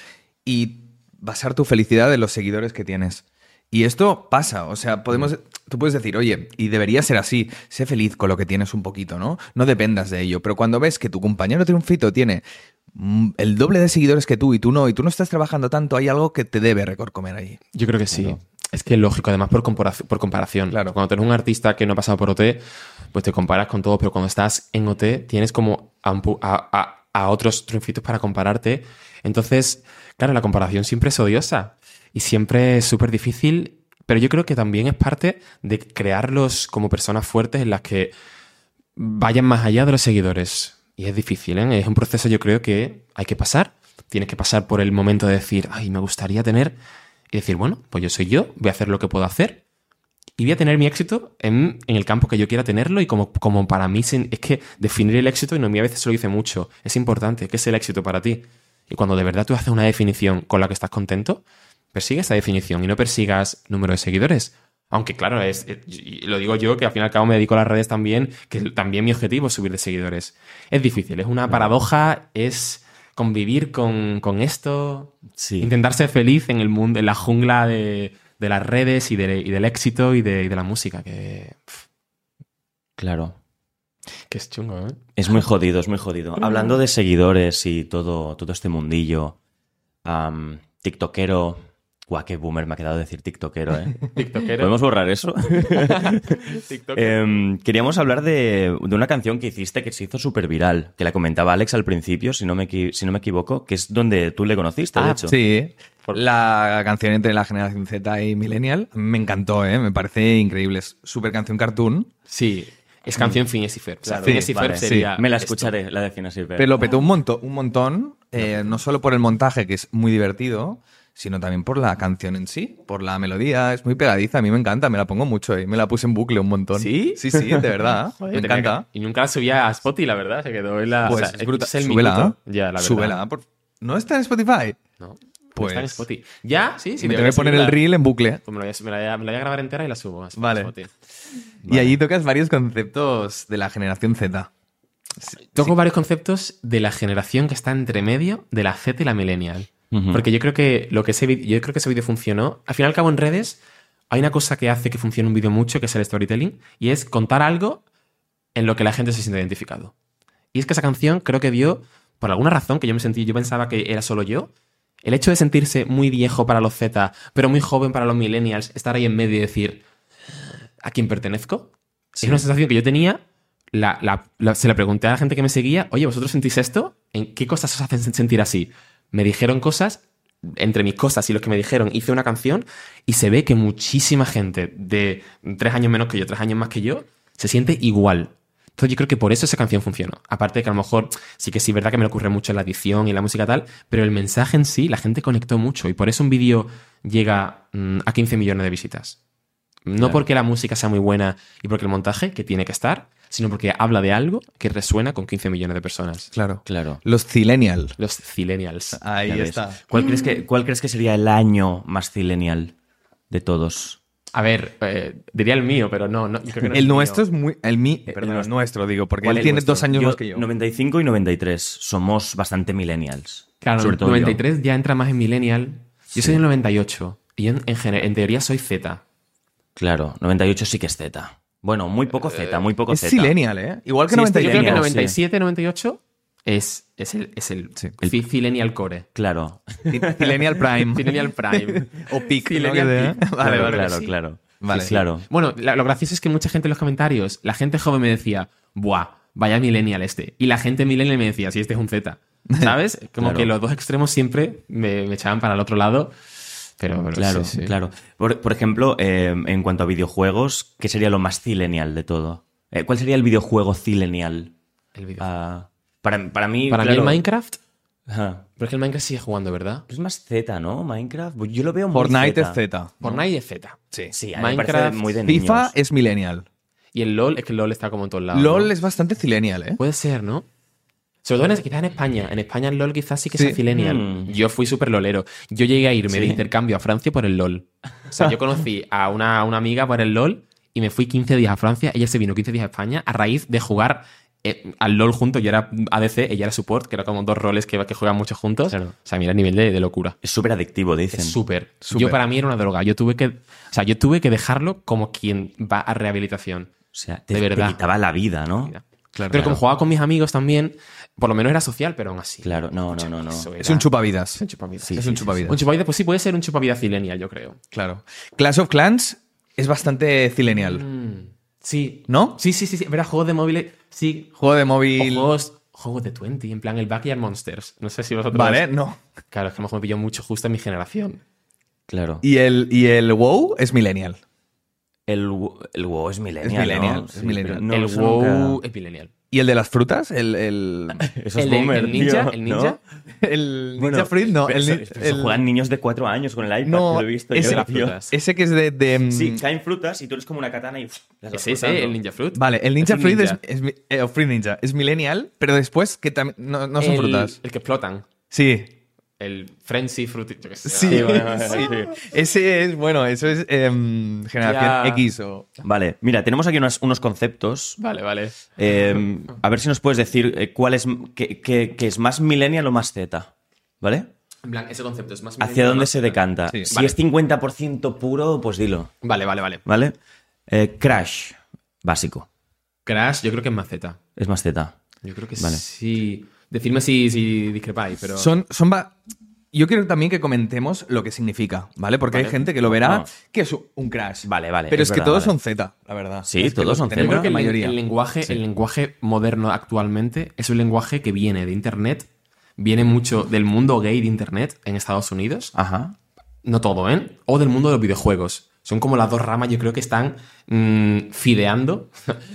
y basar tu felicidad en los seguidores que tienes. Y esto pasa, o sea, podemos, tú puedes decir, oye, y debería ser así, sé feliz con lo que tienes un poquito, ¿no? No dependas de ello, pero cuando ves que tu compañero triunfito tiene mm, el doble de seguidores que tú y tú no, y tú no estás trabajando tanto, hay algo que te debe récord comer ahí. Yo creo que sí. Es que es lógico, además, por, compara- por comparación. Claro. Cuando tienes un artista que no ha pasado por OT, pues te comparas con todos, pero cuando estás en OT tienes como a, un pu- a- a- a otros triunfitos para compararte. Entonces, claro, la comparación siempre es odiosa y siempre es súper difícil Pero yo creo que también es parte de crearlos como personas fuertes en las que vayan más allá de los seguidores. Y es difícil, ¿eh? Es un proceso yo creo que hay que pasar. Tienes que pasar por el momento de decir, ay, me gustaría tener... Y decir, bueno, pues yo soy yo, voy a hacer lo que puedo hacer y voy a tener mi éxito en, en el campo que yo quiera tenerlo y como, como para mí sin- es que definir el éxito, y no, a veces se lo dice mucho, es importante, ¿qué es el éxito para ti? Y cuando de verdad tú haces una definición con la que estás contento, persigue esa definición y no persigas número de seguidores. Aunque claro, es, eh, y- y lo digo yo que al fin y al cabo me dedico a las redes también, que el- también mi objetivo es subir de seguidores. Es difícil, es una paradoja, es convivir con, con esto, Sí. intentar ser feliz en el mundo, en la jungla de, de las redes y, de- y del éxito y de, y de la música, que, pf, Claro. que es chungo, ¿eh? Es muy jodido, es muy Mm. jodido. Hablando de seguidores y todo, todo este mundillo, am, tiktokero... Guau, qué boomer me ha quedado decir tiktokero, ¿eh? TikTokero. ¿Podemos borrar eso? Eh, Em, queríamos hablar de, de una canción que hiciste que se hizo súper viral, que la comentaba Alex al principio, si no, me, equi- si no me equivoco, que es donde tú le conociste, de Ah, hecho. Sí. La canción entre la generación Z y Millennial me encantó, ¿eh? me parece increíble. Es súper canción cartoon, Sí, es mm. canción Phineas y Ferb. O sea, Claro, Phineas y vale, Ferb sí. sería Me la esto. escucharé, la de Finas Silver. pero lo petó un montón, un montón eh, no solo por el montaje, que es muy divertido, sino también por la canción en sí, por la melodía, es muy pegadiza, a mí me encanta, me la pongo mucho y me la puse en bucle un montón. ¿Sí? Sí, sí, de verdad, me Joder, tenía encanta. que- Y nunca la subía a Spotify, la verdad. Se quedó en la. Pues Ah, o sea, es brutal. el Súbela, minuto. ¿eh? Ya, la verdad. Súbela, por- ¿No está en Spotify? No. no Pues- está en Spotify. Ya, sí, sí. me tengo debería que poner el subirla. reel en bucle. Pues me, la voy a, me la voy a- me la voy a grabar entera y la subo. a Vale. Spotify. Y allí tocas varios conceptos de la generación Z. Toco varios conceptos de la generación que está entre medio de la Z y la Millennial. Ujú. Porque yo creo que lo que ese vídeo, yo creo que ese vídeo funcionó. Al fin y al cabo, en redes hay una cosa que hace que funcione un vídeo mucho, que es el storytelling, y es contar algo en lo que la gente se siente identificado. Y es que esa canción creo que dio, por alguna razón que yo me sentí, yo pensaba que era solo yo, el hecho de sentirse muy viejo para los Z, pero muy joven para los millennials, estar ahí en medio y decir, ¿a quién pertenezco? Es una sensación que yo tenía. la- la- la- se la pregunté a la gente que me seguía, oye, ¿vosotros sentís esto? ¿En qué cosas os hacen sen- sentir así? Me dijeron cosas, entre mis cosas y los que me dijeron, hice una canción y se ve que muchísima gente de tres años menos que yo, tres años más que yo, se siente igual. Entonces yo creo que por eso esa canción funcionó. Aparte de que a lo mejor sí que sí, es verdad que me lo ocurre mucho en la edición y la música tal, pero el mensaje en sí, la gente conectó mucho y por eso un vídeo llega mm, a 15 millones de visitas. No Claro. porque la música sea muy buena y porque el montaje, que tiene que estar, sino porque habla de algo que resuena con 15 millones de personas. Claro. Claro. Los Zillennial. Los Zillennials. Ahí Ya ves. está. ¿Cuál crees, que, ¿Cuál crees que sería el año más millennial de todos? A ver, eh, diría el mío, pero no, no, yo creo que no es El nuestro mío. es muy. El mí- perdón, el nuestro. nuestro, digo, porque ¿Cuál él es tiene vuestro? dos años Yo, más que yo. 95 y 93. Somos bastante millennials. Claro, sobre todo yo. 93 ya entra más en Millennial. Yo Sí. soy del 98. Y yo en, en, gener- en teoría soy Z. Claro, 98 sí que es Z. Bueno, muy poco Z, muy poco Eh, Es Z. Silenial, ¿eh? Igual que Sí, está Yo 95. creo que Millennial, 97, 98 es, es el, es el, Sí. fi- Millennial Core. Claro. Sil- Silenial Prime. Millennial Prime. o Pic. ¿no? Silenial Que Peak. sea. Vale, claro, vale. claro, sí. claro. Vale. Sí, claro. Bueno, la- lo gracioso es que mucha gente en los comentarios, la gente joven me decía, ¡buah! Vaya Millennial este. Y la gente Millennial me decía, sí, este es un Z. ¿Sabes? Como Claro. que los dos extremos siempre me, me echaban para el otro lado. Pero, pero Claro, Pues sí, sí. claro. Por, por ejemplo, eh, en cuanto a videojuegos, ¿qué sería lo más zilenial de todo? Eh, ¿Cuál sería el videojuego zilenial? El vídeo. Ah, para, para mí. Para mí claro, el Minecraft, ajá. pero es que el Minecraft sigue jugando, ¿verdad? Pero Es más Z, ¿no? Minecraft. Pues Yo lo veo muy Fortnite zeta. es Z. Fortnite es Z. Sí. Sí, a mí me Minecraft, parece muy de niños. FIFA es Millennial. Y el LOL, es que el LOL está como en todos lados. LOL ¿no? es bastante Silenial, Pues ¿eh? Puede ser, ¿no? Sobre todo en- quizás en España. En España el LOL quizás sí que Sí. sea millennial. Mm. Yo fui súper lolero. Yo llegué a irme de Sí. intercambio a Francia por el LOL. O sea, yo conocí a una, a una amiga por el LOL y me fui 15 días a Francia. Ella se vino 15 días a España a raíz de jugar eh, al LOL juntos. Yo era ADC, ella era support, que era como dos roles que, que juegan mucho juntos. Claro. O sea, mira el nivel de, de locura. Es súper adictivo, dicen. Es súper. Súper. Yo para mí era una droga. Yo tuve que, o sea, yo tuve que dejarlo como quien va a rehabilitación. o sea, te, de te verdad. quitaba la vida, ¿no? pero claro. como jugaba con mis amigos también, por lo menos era social, pero aún así. Claro, no, no, no, no. Eso Es era- un Es chupavidas. un chupavidas. Sí, es sí, un sí, chupavidas. Un chupavidas, pues sí, puede ser un chupavidas cilenial, yo creo. Claro. Clash of Clans es bastante Silenial. Mm, sí. ¿No? Sí, sí, sí. sí. Verá, juegos de móviles, sí. Juego de O móvil. juegos, juegos de 20, en plan el Backyard Monsters. No sé si vosotros... Vale, no. Claro, es que a lo mejor me pilló mucho justo en mi generación. Claro. Y el, y el wow es millennial. El, wo- el WoW es millennial. Es millennial, ¿no? es millennial. pero no, el eso WoW nunca- es millennial. ¿Y el de las frutas? El, el, Eso es el, de- boomer, el ninja, tío, el ¿no? ninja. el Bueno, Ninja Fruit, no. pero El, eso- ni- pero eso el- juegan niños de cuatro años con el iPad, No, que lo he visto ese- yo, las tío. frutas. ese que es de. de, mm, Sí, caen frutas y tú eres como una katana y... las vas Sí, sí, cortando. el Ninja Fruit. Vale, el Ninja Es un Fruit ninja. es, es mi- eh, o Fruit Ninja es millennial, pero después que también no, no son el, frutas. El que explotan. Sí. El Frenzy Fruit. yo qué sé. Sí, Sí, vale, vale, sí. vale, Ese es, bueno, eso es em, generación Ya. X o... Vale, mira, tenemos aquí unas- unos conceptos. Vale, vale. Eh, a ver si nos puedes decir eh, cuál es qué, qué- qué es más millennial o más Z, ¿vale? En plan, ese concepto es más. ¿Hacia dónde se decanta? Sí, si vale. es 50% puro, pues dilo, Vale, vale, vale. ¿vale? Eh, crash, básico, Crash, yo creo que es más Z. es más Z. Yo creo que Vale. sí. Decidme si, si discrepáis, pero. Son, son va- Yo quiero también que comentemos lo que significa, ¿vale? Porque hay Vale. gente que lo verá No. que es un crash. Vale, vale, Pero es es, verdad, que todos vale. son Z, la verdad. Sí, Es que todos los son que Z. Yo tenemos creo que la el, mayoría. el lenguaje, el lenguaje moderno actualmente es un lenguaje que viene de Internet, viene mucho del mundo gay de Internet en Estados Unidos, Ajá. no todo, ¿eh? O del mundo de los videojuegos. Son como las dos ramas, yo creo que están mm, fideando,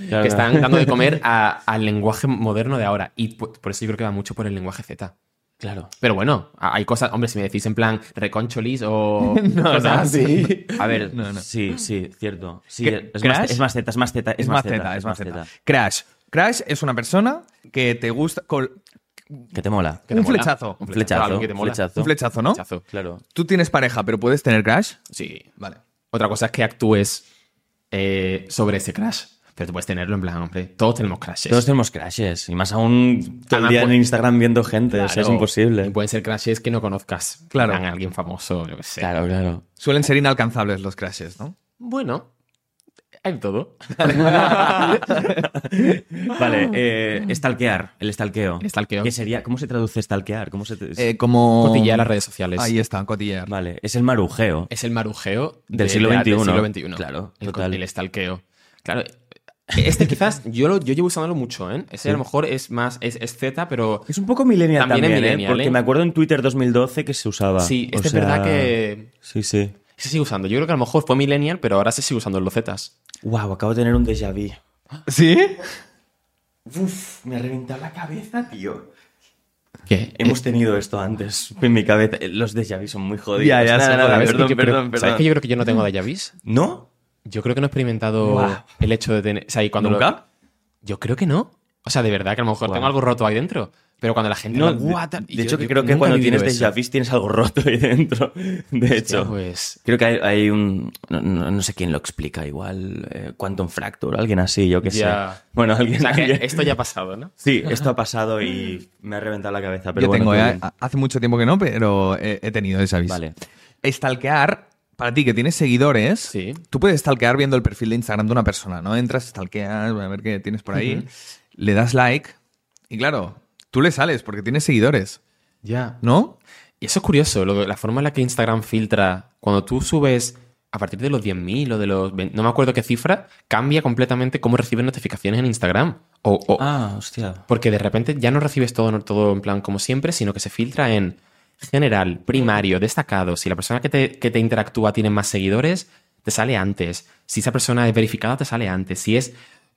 Claro. que están dando de comer a- al lenguaje moderno de ahora. Y por, por eso yo creo que va mucho por el lenguaje Z. Claro. Pero bueno, a- hay cosas, hombre, si me decís en plan reconcholis o cosas así. A ver, No, no. sí, sí, cierto. Sí, ¿Qué- es, crash? más, es más Z, es más Z, Es más Z, es más Z. Crash. Crash es una persona que te gusta... col- Que te mola. Que te Un mola. flechazo. Un Flechazo, algo que te mola. flechazo. Un flechazo, ¿no? Flechazo. Claro. Tú tienes pareja, pero puedes tener crash. Sí, vale. Otra cosa es que actúes eh, sobre ese crash. Pero tú puedes tenerlo en plan, hombre. Todos tenemos crashes. Todos tenemos crashes y más aún todo el Además, día en pues- Instagram viendo gente, o sea, Claro. es imposible. Y pueden ser crashes que no conozcas. Claro. En plan, alguien famoso, yo qué sé. Claro, claro. Suelen ser inalcanzables los crashes, ¿no? Bueno, hay de todo. Vale, eh, stalkear, el stalkeo. El stalkeo. ¿Qué sería? ¿Cómo se traduce stalkear? ¿Cómo se te- Eh, como... Cotillear las redes sociales. Ahí está, cotillear. Vale, es el marujeo. Es el marujeo Del siglo de- XXI. siglo XXI. Claro, el, total. el stalkeo. Claro. Este quizás, yo, lo, yo llevo usándolo mucho, ¿eh? Ese a lo mejor es más, es, es Z, pero Es un poco millennial También también, es ¿eh? millennial, porque ¿eh? me acuerdo en Twitter 2012 que se usaba. sí, Ah, O este es sea, verdad que Sí, sí. se sigue usando. Yo creo que a lo mejor fue millennial, pero ahora se sigue usando en los Zetas. Wow, acabo de tener un déjà vu. ¿Sí? Uf, me ha reventado la cabeza, tío. ¿Qué? Hemos tenido esto antes en mi cabeza. Eh, Los déjà vu son muy jodidos. Ya, ya, pues Nada, son nada, otra vez perdón, que yo creo- perdón, perdón. ¿Sabes que yo creo que yo no tengo déjà vus? ¿No? Yo creo que no he experimentado Guau. el hecho de tener. O sea, y cuando lo- ¿Nunca? yo creo que no. O sea, de verdad que a lo mejor Guau. tengo algo roto ahí dentro. Pero cuando la gente. No, habla, de, "What the-" de y yo- hecho, que yo creo nunca que he cuando vivido tienes eso. déjà vu tienes algo roto ahí dentro. De Hostia, hecho. pues. Creo que hay, hay un. No, no- no sé quién lo explica, igual. eh, Quantum Fracture, alguien así, yo qué sé. Ya. Bueno, alguien. O sea, que alguien- esto ya ha pasado, ¿no? Sí, esto ha pasado y me ha reventado la cabeza. Pero Yo bueno, tengo, todo eh, bien. ha- hace mucho tiempo que no, pero he, he tenido esa vista. Vale. Stalkear, para ti que tienes seguidores, Sí. tú puedes stalkear viendo el perfil de Instagram de una persona, ¿no? Entras, stalkeas, a ver qué tienes por ahí, le das like y claro, tú le sales porque tienes seguidores, Ya. ¿no? Y eso es curioso, lo- la forma en la que Instagram filtra. Cuando tú subes a partir de los 10.000 o de los. 20 no me acuerdo qué cifra, cambia completamente cómo recibes notificaciones en Instagram. O, o- Ah, hostia. Porque de repente ya no recibes todo, todo en plan como siempre, sino que se filtra en general, primario, destacado. Si la persona que te, que te interactúa tiene más seguidores, te sale antes. Si esa persona es verificada, te sale antes. Si es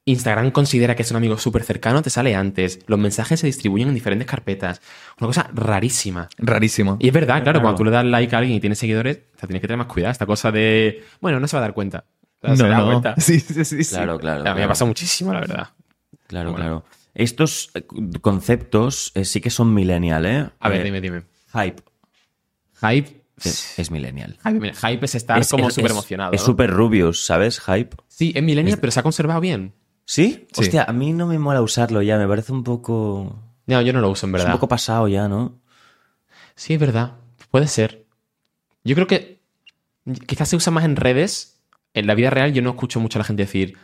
Instagram considera que es un amigo súper cercano, te sale antes. Los mensajes se distribuyen en diferentes carpetas. Una cosa rarísima. Rarísimo. Y es verdad, claro, Claro. cuando tú le das like a alguien y tiene seguidores, o sea, tienes que tener más cuidado. Esta cosa de, bueno, no se va a dar cuenta. O sea, se da cuenta. Sí, sí, sí, sí. Claro, claro. A mí me ha claro. pasado muchísimo, la verdad. Claro, Bueno. claro. Estos eh, conceptos eh, sí que son millennial, ¿eh? A ver, Eh, dime, dime. Hype eh, Hype. es, es millennial. Hype, mira, hype es estar Es- como es- súper es- emocionado. Es ¿no? súper rubios, ¿sabes? Hype. Sí, es millennial, pero se ha conservado bien. ¿Sí? Sí. Hostia, a mí no me mola usarlo ya, me parece un poco. No, yo no lo uso, en Es verdad. un poco pasado ya, ¿no? Sí, es verdad. Puede ser. Yo creo que quizás se usa más en redes. En la vida real yo no escucho mucho a la gente decir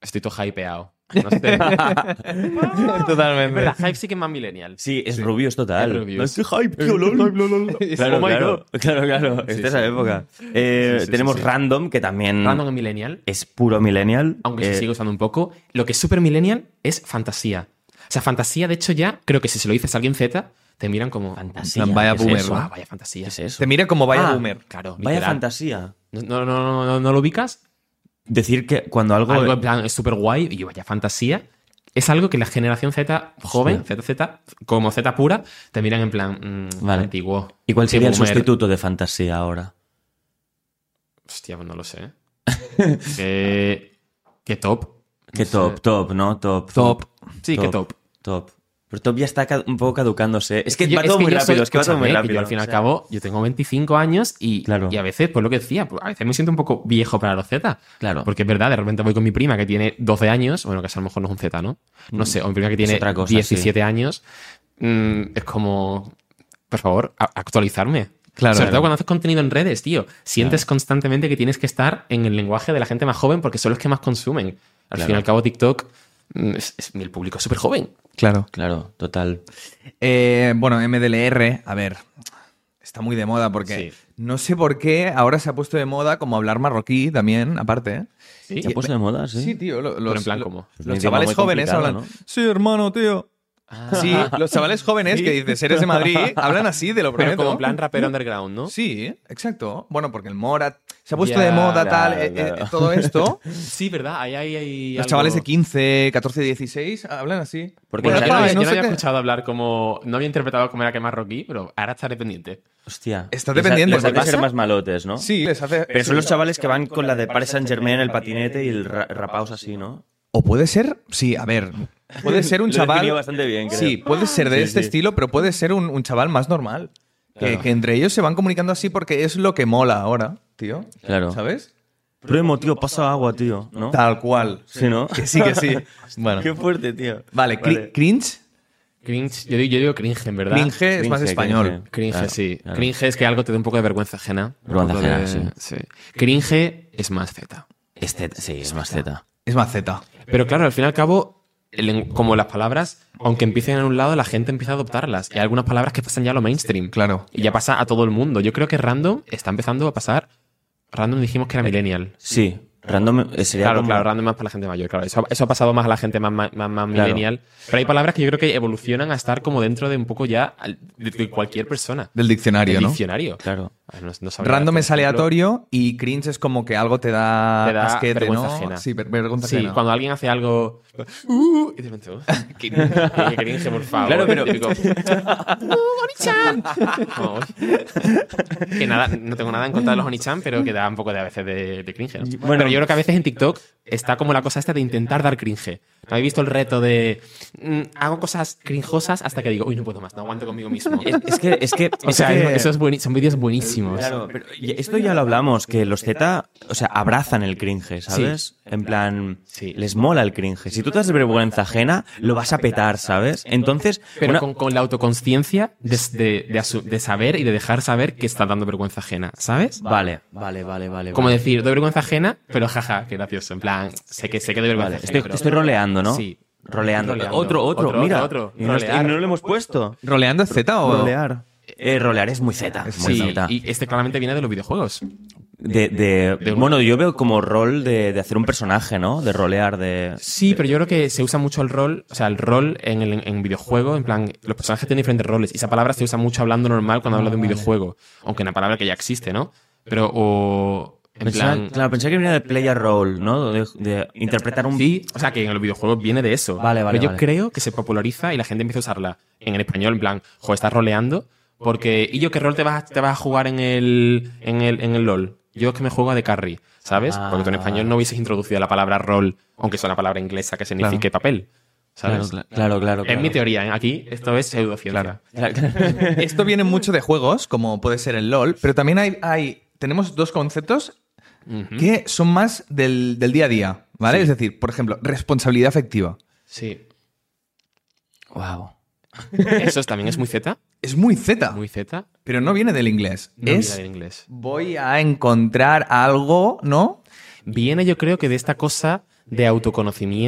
estoy todo hypeado. No sé. Es Totalmente. verdad, hype sí que es más millennial. Sí, es rubios total. Es rubios. No, es que hype, tío, lol. Claro, Oh my claro, God. claro, claro. Esta Sí, es la sí. época. Eh, Sí, sí, sí, tenemos sí. Random, que también Random es millennial, es puro millennial. aunque Mm. Eh, se sigue usando un poco. Lo que es super millennial es fantasía. O sea, fantasía, de hecho, ya creo que si se lo dices a alguien Z, te miran como. Fantasía. Plan, vaya ¿qué es boomer, eso? ¿no? Guau, vaya fantasía. ¿Qué es eso? Te mira como vaya Ah. boomer. Claro. Vaya literal. fantasía. No, no, no, no, no lo ubicas. Decir que cuando algo. Algo en plan es súper guay y vaya fantasía. Es algo que la generación Z joven, ZZ, como Z pura, te miran en plan mm, Vale. antiguo. ¿Y cuál qué sería el boomer. sustituto de fantasía ahora? Hostia, pues no lo sé. que, que top. Que No sé. top, top, ¿no? Top. Sí, que top. Top. Pero top ya está ca- un poco caducándose. Es que Yo- va todo muy yo soy- rápido. Es que va todo muy escúchame, rápido. Yo al fin y o al sea. cabo, yo tengo 25 años y, Claro. y a veces, pues lo que decía, pues, a veces me siento un poco viejo para los Z. Claro. Porque es verdad, de repente voy con mi prima que tiene 12 años, bueno, que a lo mejor no es un Z, ¿no? No sé, o mi prima que tiene Mm. otra cosa, 17 años, mm, es como, por favor, a- actualizarme. Claro. Sobre todo cuando haces contenido en redes, tío. Sientes constantemente que tienes que estar en el lenguaje de la gente más joven porque son los que más consumen. Al fin y al cabo, TikTok, mm, es, es- el público es súper joven. Claro. Claro, total. Eh, bueno, MDLR, a ver, está muy de moda porque Sí. no sé por qué ahora se ha puesto de moda como hablar marroquí también, aparte. ¿eh? ¿sí? ¿Se ha puesto de moda? Sí. Sí, tío. lo- los, en plan, pues, lo- ¿cómo? Los, Es un idioma chavales muy jóvenes hablan. complicado, Sí, hermano, tío. Ah. Sí, los chavales jóvenes que dices, eres de Madrid, hablan así, te lo Pero prometo. como en plan rapero underground, ¿no? Sí, exacto. Bueno, porque el Mora se ha puesto Ya, de moda, claro, tal, eh, eh, claro. todo esto. Sí, ¿verdad? Ahí hay, hay Los algo- chavales de 15, 14, 16 hablan así. Porque Bueno, Bueno, la yo no, pa, había- yo no no sé había qué. escuchado hablar como... No había interpretado como era que más rocky, pero ahora estaré pendiente. Hostia. Está Les ha- dependiendo, Les hace ¿pasa? ser más malotes, ¿no? Sí, les hace. Pero son los chavales que van con la de Paris Saint Germain en el patinete y el ra- rapaos así, ¿no? O puede ser, sí, a ver, puede ser un Lo he definido chaval. bastante bien, creo. Sí, puede ser de Sí, este sí. estilo, pero puede ser un, un chaval más normal. Que- Que, entre ellos se van comunicando así porque es lo que mola ahora, tío. Claro. ¿Sabes? Primo, tío, pasa agua, tío, ¿no? Tal cual. Sí, ¿no? Que sí, que sí. Bueno. Qué fuerte, tío. Vale, cri- cringe. Cringe, yo, digo- yo digo cringe, en verdad. Cringe es más Cringe, español. cringe. Cringe, Claro, sí. claro. Cringe es que algo te dé un poco de vergüenza ajena. Un Vergüenza poco de- ajena, Cringe es más Z. Este, sí, es más Z. Es maceta. Pero claro, al fin y al cabo, el lengu- como las palabras, aunque empiecen en un lado, la gente empieza a adoptarlas. Y hay algunas palabras que pasan ya a lo mainstream. Claro. Y ya pasa a todo el mundo. Yo creo que Random está empezando a pasar. Random dijimos Eh, que era Millennial. Sí, random eh, sería Claro, como- claro, Random más para la gente mayor. Claro, eso, eso ha pasado más a la gente más, más, más- más Claro. Millennial. Pero hay palabras que yo creo que evolucionan a estar como dentro de un poco ya al- de, de cualquier persona. Del diccionario, Del ¿no? diccionario. Claro. Ah, no- no sabría Random darte es un ejemplo. aleatorio y cringe es como que algo te da, Te da asquete, vergüenza ¿no? ajena. Sí, ver- vergüenza Sí, ajena. cuando alguien hace algo. "Uh", y de repente, "Oh, qué cringe, qué cringe, por favor. Claro, pero- Típico, "Uh, Oni-chan". Como, "Uy". que nada, no tengo nada en contra de los Oni-chan, pero que da un poco de a veces de, de cringe. ¿no? Bueno. pero yo creo que a veces en TikTok está como la cosa esta de intentar dar cringe. ¿No habéis visto el reto de. mm, hago cosas crinjosas hasta que digo, uy, no puedo más, no aguanto conmigo mismo? Es que, es que, o es sea, eh, que- esos bueni- son vídeos buenísimos. Claro, pero y- esto ya lo hablamos, que los Z, o sea, abrazan el cringe, ¿sabes? En plan, Sí. les mola el cringe. Si tú te das vergüenza ajena, lo vas a petar, ¿sabes? Entonces, Pero una- con, con la autoconciencia de, de- de asu- de saber y de dejar saber que está dando vergüenza ajena, ¿sabes? vale, vale, vale, vale. Como vale. decir, doy vergüenza ajena, pero jaja, qué gracioso. En plan, sé que sé que doy vergüenza Vale, ajena. estoy, pero- estoy roleando, ¿no? Sí. Roleando. Roleando. Otro, otro, Otro, mira. otro, otro. Y, no, Rolear. y no lo hemos puesto. ¿Roleando es Z o...? Rolear. Eh, rolear es muy Z. Muy Sí, Z. y este claramente viene de los videojuegos. De, de- bueno, yo veo como rol de, de hacer un personaje, ¿no? De rolear, de... Sí, pero yo creo que se usa mucho el rol, o sea, el rol en el en videojuego, en plan, los personajes tienen diferentes roles y esa palabra se usa mucho hablando normal Ah, cuando hablas de un videojuego, aunque una palabra que ya existe, ¿no? Pero o en Pensaba- plan, claro, pensé que venía de player role, ¿no? De, de interpretar un... Sí, o sea, que en los videojuegos viene de eso. Mm. Vale, vale, Pero yo vale. creo que se populariza y la gente empieza a usarla en el español, en plan, jo, estás roleando, porque, ¿y yo qué rol te vas a, te vas a jugar en el, en, el, en el LOL? Yo es que me juego a de carry, ¿sabes? Ah. Porque tú en español no hubieses introducido la palabra rol, aunque sea una palabra inglesa que signifique papel, Claro, ¿sabes? cla- claro, claro. Es mi teoría, ¿eh? aquí esto es pseudociencia. claro. Claro. Esto viene mucho de juegos, como puede ser el LOL, pero también hay, hay- tenemos dos conceptos ¿Mm? que son más del, del día a día, ¿vale? Es decir, por ejemplo, responsabilidad afectiva. Sí. Wow. Eso es- también es muy Z, Es muy Z, muy Z. pero no viene del inglés. No es viene del inglés. voy a encontrar algo, ¿no? Viene, yo creo que de esta cosa de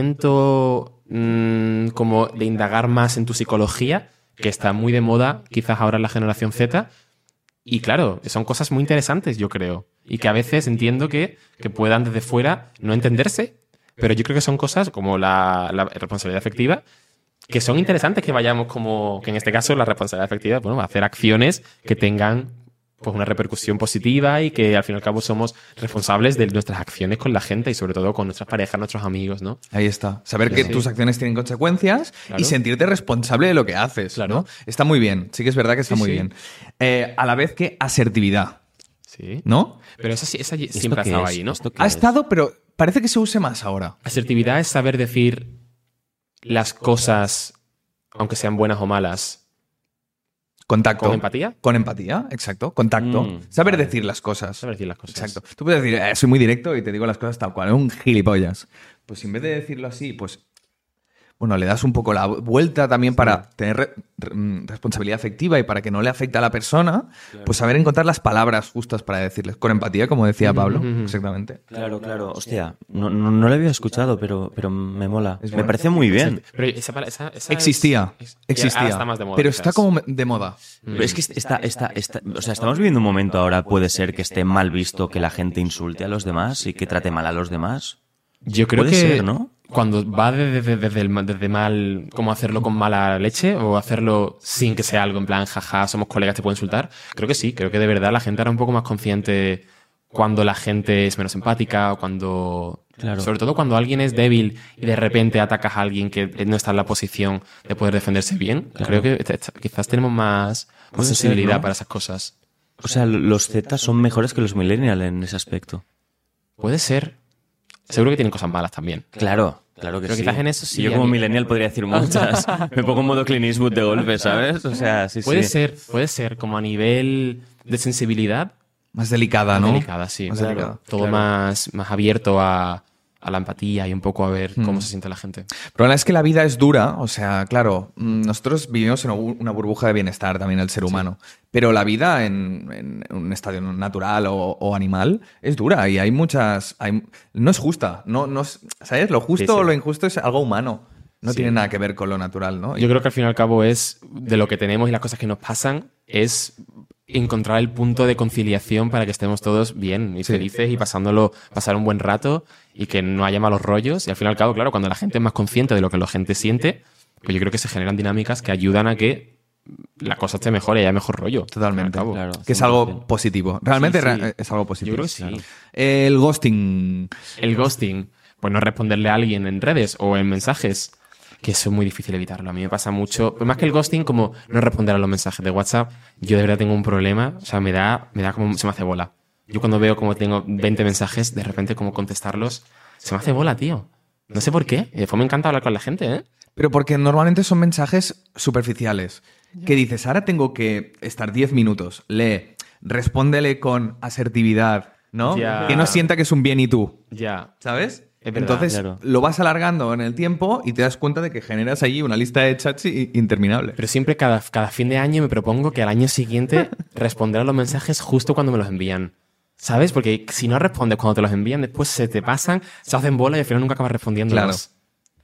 autoconocimiento, mm, como de indagar más en tu psicología, que está muy de moda, quizás ahora en la generación Z. Y claro, son cosas muy interesantes, yo creo. Y que a veces entiendo que, que puedan desde fuera no entenderse. Pero yo creo que son cosas como la, la responsabilidad afectiva, que son interesantes que vayamos como, que en este caso la responsabilidad efectiva, bueno, hacer acciones que tengan pues una repercusión positiva y que al fin y al cabo somos responsables de nuestras acciones con la gente y sobre todo con nuestras parejas, nuestros amigos, ¿no? Ahí está. Saber que sí. tus acciones tienen consecuencias Claro. y sentirte responsable de lo que haces. Claro. ¿no? Está muy bien. Sí que es verdad que está Sí, muy sí. bien. Eh, a la vez que asertividad, Sí. ¿no? Pero esa, sí- esa ¿Esto siempre ha qué estado es? ahí, ¿no? ¿Esto qué Ha es? estado, pero parece que se use más ahora. Asertividad es saber decir las cosas, aunque sean buenas o malas, Contacto. con empatía. Con empatía, exacto. Contacto. Mm, Saber vale. decir las cosas. Saber decir las cosas. Exacto. Tú puedes decir, "Eh, soy muy directo y te digo las cosas tal cual, es un gilipollas. Pues en vez de decirlo así, pues. Bueno, le das un poco la vuelta también para tener re- re- mm, responsabilidad afectiva y para que no le afecte a la persona, pues saber encontrar las palabras justas para decirles. Con empatía, como decía Pablo, ujú. exactamente. Claro, claro. Hostia, no, no, no lo había escuchado, pero, pero me mola. Me parece muy bien. Pero esa, pala- esa- esa es- Existía, es- y ahora existía. está más de moda, pero está quizás. como de moda. Mm. Pero es que está, está, está- o sea, estamos viviendo un momento ahora, puede ser que esté mal visto que la gente insulte a los demás y que trate mal a los demás. Yo creo Puede que ser, ¿no? cuando va desde, desde, el ma- desde mal, como hacerlo con mala leche o hacerlo sin que sea algo en plan, jaja, somos colegas, te puedo insultar. Creo que sí, creo que de verdad la gente era un poco más consciente cuando la gente es menos empática o cuando... Claro. Sobre todo cuando alguien es débil y de repente atacas a alguien que no está en la posición de poder defenderse bien. Creo que esta- esta- quizás tenemos más, más Puede ser, sensibilidad ¿no? para esas cosas. O sea, los Z son mejores que los millennials en ese aspecto. Puede ser. Seguro que tienen cosas malas también. Claro, claro que Pero sí. quizás en eso sí Yo como hay- millennial podría decir muchas. Me pongo en modo Clint Eastwood de golpe, ¿sabes? O sea, sí, Puede sí. ser, puede ser, como a nivel de sensibilidad, Más delicada, Ah, ¿no? delicada, sí. Más claro. delicada. Todo más, más abierto a, a la empatía y un poco a ver Mm. cómo se siente la gente. El problema es que la vida es dura, o sea, claro, mm, nosotros vivimos en u- una burbuja de bienestar también el ser humano, pero la vida en, en un estadio natural o, o animal es dura y hay muchas, hay- no es justa, no, no es- ¿sabes? Lo justo Sí, sí. o lo injusto es algo humano, no Sí. tiene nada que ver con lo natural, ¿no? Y- Yo creo que al fin y al cabo es de lo que tenemos y las cosas que nos pasan, es encontrar el punto de conciliación para que estemos todos bien y Sí. felices y pasándolo, pasar un buen rato y que no haya malos rollos. Y al fin y al cabo, claro, cuando la gente es más consciente de lo que la gente siente, pues yo creo que se generan dinámicas que ayudan a que la cosa esté mejor y haya mejor rollo. Totalmente. Al fin y al cabo. Claro, que es 100%. algo positivo. Realmente Sí, ra- sí. es algo positivo. Yo creo que sí. El ghosting. El ghosting, pues no responderle a alguien en redes o en mensajes, que eso es muy difícil evitarlo. A mí me pasa mucho, pues más que el ghosting, como no responder a los mensajes de WhatsApp, yo de verdad tengo un problema, o sea, me da, me da como, se me hace bola. Yo cuando veo como tengo 20 mensajes, de repente como contestarlos, se me hace bola, tío. No sé por qué. Y Después me encanta hablar con la gente, ¿eh? Pero porque normalmente son mensajes superficiales. Que dices, ahora tengo que estar 10 minutos, lee, respóndele con asertividad, ¿no? Ya. Que no sienta que es un bien y tú, Ya. ¿sabes? Es verdad, Entonces claro. lo vas alargando en el tiempo y te das cuenta de que generas allí una lista de chats i- interminable. Pero siempre cada, cada fin de año me propongo que al año siguiente responderé a los mensajes justo cuando me los envían. ¿Sabes? Porque si no respondes cuando te los envían, después se te pasan, se hacen bola y al final nunca acabas respondiéndolos. Claro.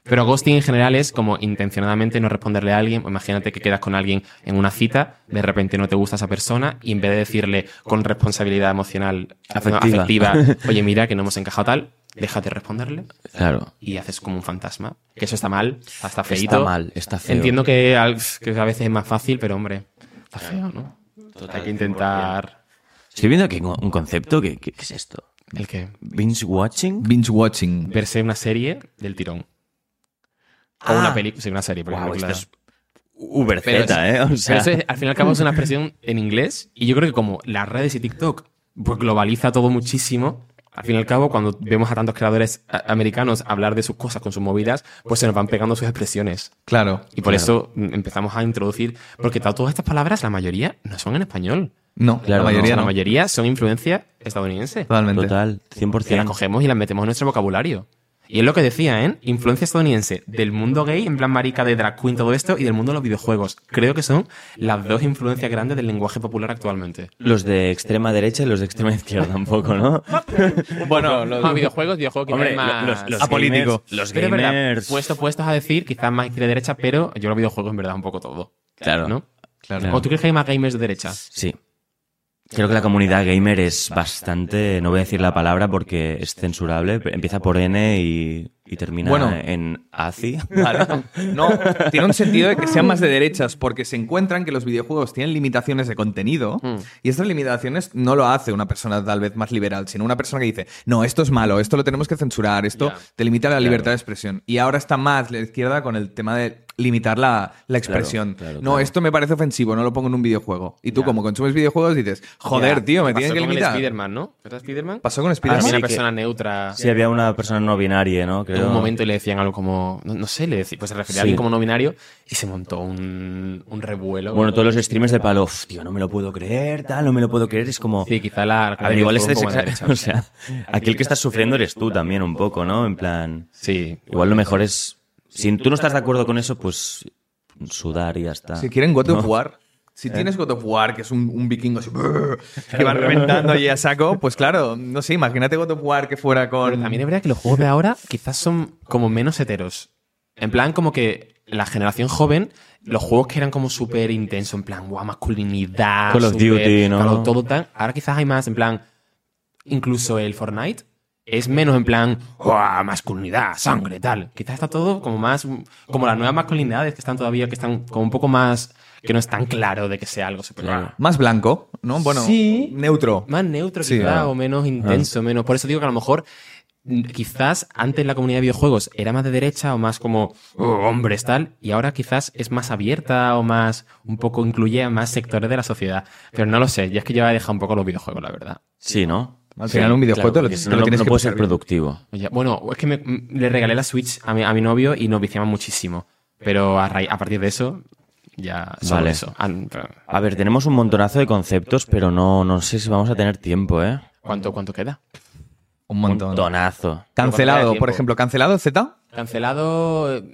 Pero ghosting en general es como intencionadamente no responderle a alguien. Imagínate que quedas con alguien en una cita, de repente no te gusta esa persona y en vez de decirle con responsabilidad emocional no, Afectiva. afectiva, oye mira que no hemos encajado tal, déjate responderle Claro. y haces como un fantasma. Que eso está mal, hasta feito. Está mal, está feo. Entiendo que, al- que a veces es más fácil, pero hombre, está feo, ¿no? Hay que intentar. Estoy viendo aquí un concepto que, que- ¿qué es esto. ¿El qué? Binge watching. Binge watching. Verse una serie del tirón. O una película. Sí, una serie. Porque Wow, creo que esto la- es Uber Pero es- Z, ¿eh? O sea, Pero eso es- al fin y al cabo es una expresión en inglés. Y yo creo que como las redes y TikTok pues, globaliza todo muchísimo, al fin y al cabo, cuando vemos a tantos creadores a- americanos hablar de sus cosas con sus movidas, pues se nos van pegando sus expresiones. Claro. Y por eso mm, empezamos a introducir. Porque to- todas estas palabras, la mayoría, no son en español. No, Claro, la mayoría O sea, no. La mayoría son influencia estadounidense. Totalmente. total, Que las 100%. cogemos y las metemos en nuestro vocabulario. Y es lo que decía, ¿eh? Influencia estadounidense del mundo gay, en plan marica de drag queen, todo esto, y del mundo de los videojuegos. Creo que son las dos influencias grandes del lenguaje popular actualmente. Los de extrema derecha y los de extrema izquierda un poco, ¿no? Bueno, los videojuegos, videojuegos, quizás Hombre, más... Ah, los, los apolítico. gamers- Los Pero es verdad, gamers. puesto- puestos a decir, quizás más izquierda y derecha, pero yo los videojuegos en verdad un poco todo, Claro. ¿no? Claro. ¿O tú crees que hay más gamers de derecha? Sí. Creo que la comunidad gamer es bastante, no voy a decir la palabra porque es censurable, pero empieza por N y y termina Bueno. en ACI. Vale. No, tiene un sentido de que sean más de derechas, porque se encuentran que los videojuegos tienen limitaciones de contenido Hmm. y estas limitaciones no lo hace una persona tal vez más liberal, sino una persona que dice, no, esto es malo, esto lo tenemos que censurar, esto Ya. te limita la libertad de expresión. Y ahora está más la izquierda con el tema de limitar la, la expresión. claro, no, claro. esto me parece ofensivo, no lo pongo en un videojuego. Y tú, Ya. como consumes videojuegos, dices, joder, Ya. tío, me Pasó tienen que con el limitar. Spiderman, Ah, ¿no? ¿Era Spiderman? Pasó con También Spider-Man. sí, una que- persona neutra. Sí, había una persona no binaria, ¿no? En Creo. un momento y le decían algo como. No, no sé, le decían, pues se refería a Sí. alguien como no binario y se montó un, un revuelo. Bueno, todos los streamers de palo, "Uf, tío, no me lo puedo creer, tal, no me lo puedo creer. Es como. Sí, quizá la. A ver, igual este un es poco más exa- derecha. O sea, aquel que estás sufriendo eres tú también, un poco, ¿no? En plan. Sí. Igual lo mejor es. Si tú no estás de acuerdo con eso, pues sudar y ya está. Si quieren God of No. War. Si tienes God of War, que es un, un vikingo así, que va reventando y a saco, pues claro, no sé, imagínate God of War que fuera Pero con... también es verdad que los juegos de ahora quizás son como menos heteros. En plan, como que la generación joven, los juegos que eran como súper intensos, en plan, guau, masculinidad. Call of súper- Duty, ¿no? claro, todo tan. Ahora quizás hay más, en plan, incluso el Fortnite es menos en plan, guau, masculinidad, sangre, tal. Quizás está todo como más. Como las nuevas masculinidades que están todavía, que están como un poco más. que no es tan claro de que sea algo súper. Más blanco, ¿no? Bueno, Sí. neutro. Más neutro, Sí, quizá, ah. o menos intenso, menos. Por eso digo que a lo mejor, mm, quizás antes la comunidad de videojuegos era más de derecha o más como "Oh, hombres, tal, y ahora quizás es más abierta o más, un poco incluye a más sectores de la sociedad. Pero no lo sé, ya es que yo he dejado un poco los videojuegos, la verdad. Sí, ¿no? Al final un videojuego te lo, porque si te no, lo no, tienes no que puede pasar ser bien. productivo. Oye, Bueno, es que me- m- le regalé la Switch a mi, a mi novio y nos viciamos muchísimo. Pero a, raíz- a partir de eso, ya solo Vale. eso. Ah, pero, A ver, tenemos un montonazo de conceptos, pero no, no sé si vamos a tener tiempo, ¿eh? ¿Cuánto, ¿Cuánto queda? Un montón. Montonazo. Pero cuando Cancelado, haya por tiempo. ejemplo, cancelado Z. Cancelado. eh,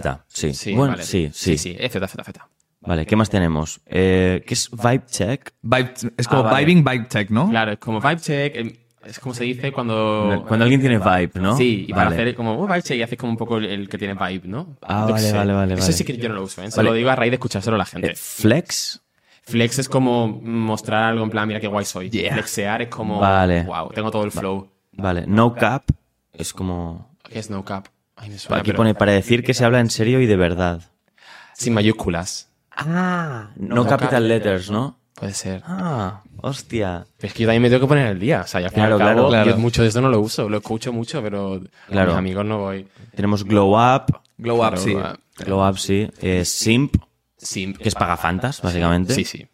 Z, sí. Sí, bueno, vale. sí, sí, Sí, sí, Z, Z, Z. Vale, ¿qué más tenemos? Eh, ¿Qué es Vibe Check? Vibe- es como Ah, vale. vibing vibe tech, ¿no? Claro, es como vibe check, em, es como se dice cuando... Cuando alguien tiene vibe, ¿no? Sí, y para Vale. hacer como oh, vibe check y haces como un poco el, el que tiene vibe, ¿no? Ah, Yo vale, qué sé. vale, vale, Eso vale. sí que yo no lo uso, ¿eh? Se lo digo a raíz de escuchárselo a la gente. Eh, Flex. Flex es como mostrar algo en plan, mira qué guay soy. Flexear es como, Vale. wow, tengo todo el flow. Vale, no cap. Es como. ¿Qué es no cap? Ay, me suena, Aquí pero- pone para decir que se habla en serio y de verdad. Sin mayúsculas, Ah, no, no capital cap. letters, ¿no? puede ser. Ah, hostia. Pero es que yo también me tengo que poner al día. O sea, yo al fin y al Claro, cabo, claro, yo claro. mucho de esto no lo uso. Lo escucho mucho, pero con Claro. mis amigos no voy. Tenemos glow up. Glow up, sí. Pero, ah, Glow up, sí. Eh, simp, Simp. que es pagafantas, básicamente. Sí, sí.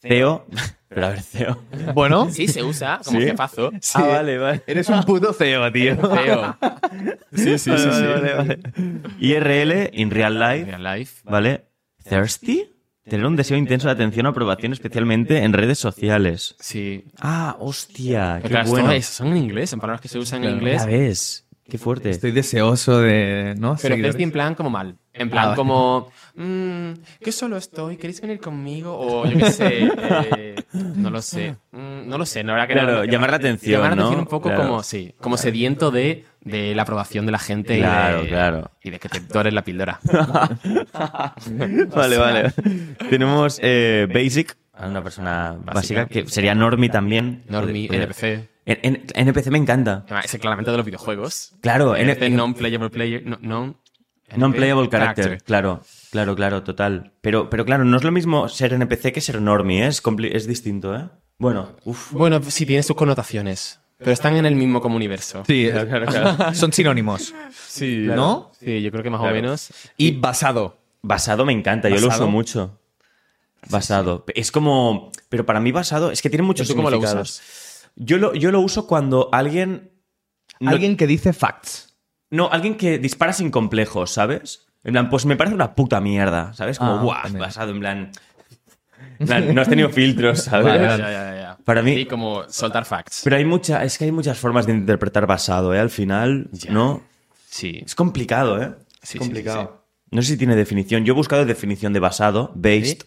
Ceo. Pero a ver, ceo. Bueno, Sí, se usa como ¿Sí? jefazo. Ah, vale, vale. eres un puto CEO, tío. Feo. Sí, sí, sí. sí. Vale, vale, vale. IRL, in real life. Real life. ¿Vale? ¿Thirsty? Tener un deseo intenso de atención o aprobación, especialmente en redes sociales. Sí. Ah, hostia, Pero qué claro, esto bueno. es- son en inglés, son palabras que se usan en Ya inglés. ves, qué fuerte. Estoy deseoso de... ¿no? Pero Seguidores. Thirsty en plan como mal. En Ah, plan vale. como, mm, que solo estoy, ¿queréis venir conmigo? O yo qué sé, eh, no lo sé. Mm, no lo sé, no habrá que... Claro, llamar la atención, Llamar la atención ¿no? un poco Claro. como, sí, como sediento de, de la aprobación de la gente Claro, y, de, claro. y de que te dores la píldora. Vale, vale. Tenemos eh, Basic, a una persona Básica. básica, que sería Normie también. Normie, Porque- NPC. En- en- NPC me encanta. Además, Ese claramente de los videojuegos. Claro, NPC, NPC non-playable player, no- non- Non-playable character, character. claro, claro, claro, total. Pero, pero claro, no es lo mismo ser NPC que ser normie, ¿eh? es, compli- es distinto, ¿eh? Bueno, uff. Bueno, sí, tiene sus connotaciones. Pero están en el mismo como universo. Sí, son sinónimos. sí. claro. ¿No? Sí, yo creo que más Claro. o menos. Y basado. Basado me encanta, yo lo ¿Basado? uso mucho. Basado. Es como. Pero para mí, basado es que tiene muchos ¿Tú cómo lo significados. Yo, lo, yo lo uso cuando alguien. no- Alguien que dice facts. No, alguien que dispara sin complejos, ¿sabes? En plan, pues me parece una puta mierda, ¿sabes? Como, Ah, guau, también. basado, en plan. en plan, no has tenido filtros, ¿sabes? Vale, ya, ya, ya, ya. Para mí- Sí, como soltar facts. Pero hay mucha, es que hay muchas formas de interpretar basado, ¿eh? Al final, Ya. ¿no? Sí. Es complicado, ¿eh? Sí, sí, es complicado. sí, sí. No sé si tiene definición. Yo he buscado definición de basado, based. ¿Sí?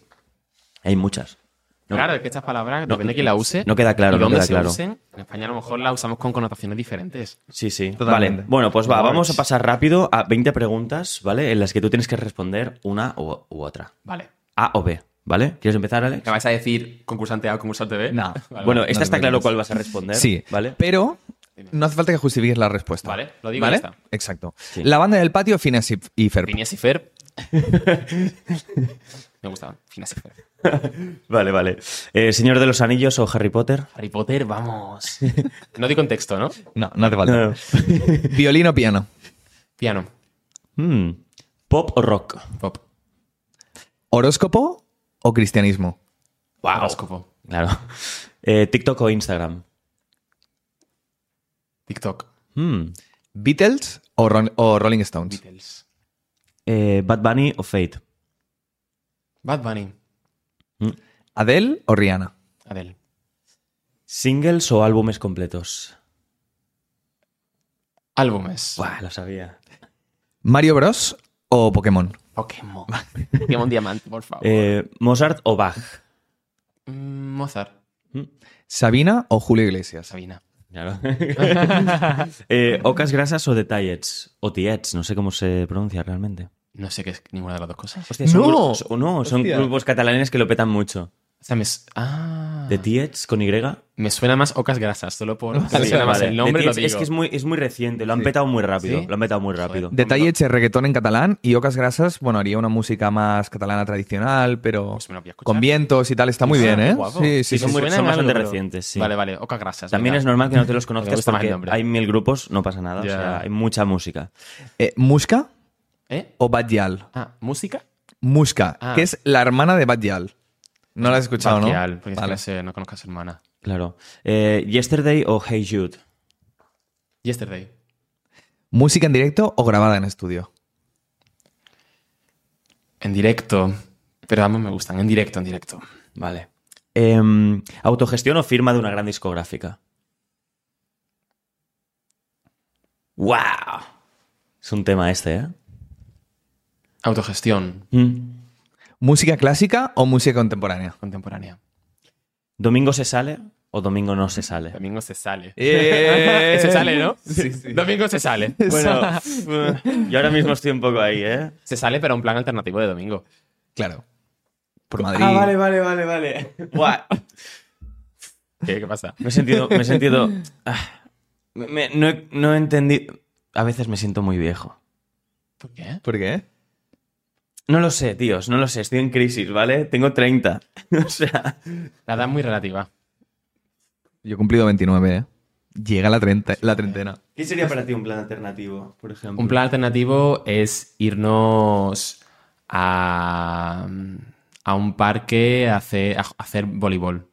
Hay muchas. No- Claro, es que estas palabras, depende de quién la use. no queda claro, y no dónde queda se claro. usen. En España a lo mejor la usamos con connotaciones diferentes. Sí, sí. Totalmente. Vale. Bueno, pues va, Words. vamos a pasar rápido a 20 preguntas, ¿vale? En las que tú tienes que responder una u, u otra. Vale. A o B, ¿vale? ¿Quieres empezar, Alex? ¿Me vais a decir concursante A o concursante B? No. Vale, Bueno, no esta te está claro preocupes. cuál vas a responder. Sí, ¿Vale? Pero no hace falta que justifiques la respuesta. Vale, lo digo y ya está. Exacto. La banda del patio, Phineas y, y Ferb. Phineas y Ferb. Me gusta. Phineas y Ferb. Vale, vale. Eh, ¿Señor de los Anillos o Harry Potter? Harry Potter, vamos. No di contexto, ¿no? No, no hace falta. Eh, Violín o piano. Piano. Mm. ¿Pop o rock? Pop. ¿Horóscopo o cristianismo? Wow. Horóscopo. Claro. Eh, ¿TikTok o Instagram? TikTok. Mm. ¿Beatles o, Ron- o Rolling Stones? Beatles. Eh, ¿Bad Bunny o Fate? Bad Bunny. ¿Adele o Rihanna? Adele. ¿Singles o álbumes completos? Álbumes. Buah, lo sabía. ¿Mario Bros o Pokémon? Pokémon. Pokémon Diamante, por favor. Eh, ¿Mozart o Bach? Mm, Mozart. ¿Sabina o Julio Iglesias? Sabina. Claro. Eh, ¿Ocas grasas o detallets? O tiets, no sé cómo se pronuncia realmente. No sé qué es ninguna de las dos cosas. Hostia, son ¡No! gru- so- no, son Hostia. grupos catalanes que lo petan mucho. O sea, me, s- ah, ¿De tiets con Y? me suena más Ocas Grasas, solo por. me Vale, suena más vale. el nombre, De lo tiets digo. Oh, Es que es muy, es muy reciente, lo han petado muy rápido. ¿Sí? Lo han petado muy rápido. Joder. Detalle eche reggaetón en catalán y Ocas Grasas, bueno, haría una música más catalana tradicional, pero Pues me lo voy a escuchar. con vientos y tal, está muy Ah, bien, qué ¿eh? guapo. Sí, sí, Sí, sí. son me muy- suena son en algo, bastante pero- recientes, sí. Vale, vale, Ocas Grasas. También venga. es normal que no te los Me conozcas gusta más el porque nombre. hay mil grupos, no pasa nada. o Ya. sea, hay mucha música. Eh, ¿Musca ¿Eh? o Badial? Ah, ¿música? Musca, Ah. que es la hermana de Badial. No la has escuchado, Parcial, ¿no? porque es que Vale. no, sé, no conozco a su hermana. Claro. Eh, ¿Yesterday o Hey Jude? Yesterday. ¿Música en directo o grabada en estudio? En directo. Pero ambos me gustan. En directo, en directo. Vale. Em, ¿Autogestión o firma de una gran discográfica? ¡Wow! Es un tema este, ¿eh? Autogestión Mm. ¿Música clásica o música contemporánea? contemporánea. ¿Domingo se sale o domingo no se sale? Domingo se sale. Eh. se sale, ¿no? Sí, sí. Domingo se sale. Bueno, yo ahora mismo estoy un poco ahí, ¿eh? Se sale, pero un plan alternativo de domingo. Claro. Por Madrid. Ah, vale, vale, vale. Buah, ¿Qué, qué pasa? Me he sentido. Me he sentido ah, me- me- no, he, no he entendido. A veces me siento muy viejo. ¿Por qué? ¿Por qué? No lo sé, tíos, no lo sé. Estoy en crisis, ¿vale? Tengo 30. O sea. La edad es muy relativa. Yo he cumplido 29, ¿eh? Llega la, treinta, la treintena. ¿Qué sería para ti un plan alternativo, por ejemplo? Un plan alternativo es irnos a, a un parque a hacer, a hacer voleibol.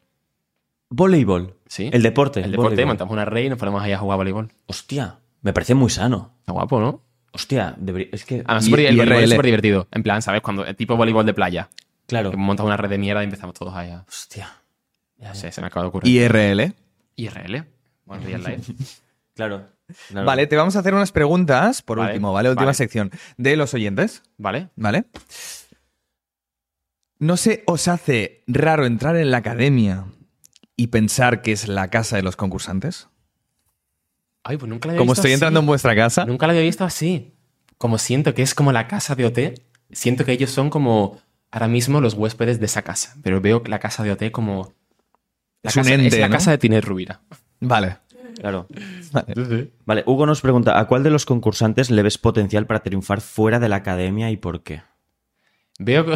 Voleibol. ¿Sí? El deporte. El deporte, voleibol. montamos una red y nos ponemos ahí a jugar voleibol. Hostia, me parece muy sano. Está guapo, ¿no? Hostia, debería- es que. Además, Y- super- el y voleibol RL. es súper divertido. En plan, ¿sabes? Cuando el tipo voleibol de playa. Claro. Que montas una red de mierda y empezamos todos ahí a... Hostia. No sé, se me acaba de ocurrir. IRL. IRL. Bueno, Real Life. Claro. claro. Vale, te vamos a hacer unas preguntas, por Vale, último, ¿vale? Última vale. sección de los oyentes, ¿Vale? ¿vale? ¿No se os hace raro entrar en la academia y pensar que es la casa de los concursantes? Ay, pues nunca lo había Como visto estoy así. entrando en vuestra casa. Nunca lo había visto así. Como siento que es como la casa de OT, siento que ellos son como ahora mismo los huéspedes de esa casa, pero veo la casa de OT como... La Es un casa- ente, la ¿no? casa de Tiner Rubira. Vale. Claro. vale. Vale, Hugo nos pregunta: ¿a cuál de los concursantes le ves potencial para triunfar fuera de la academia y por qué? Veo que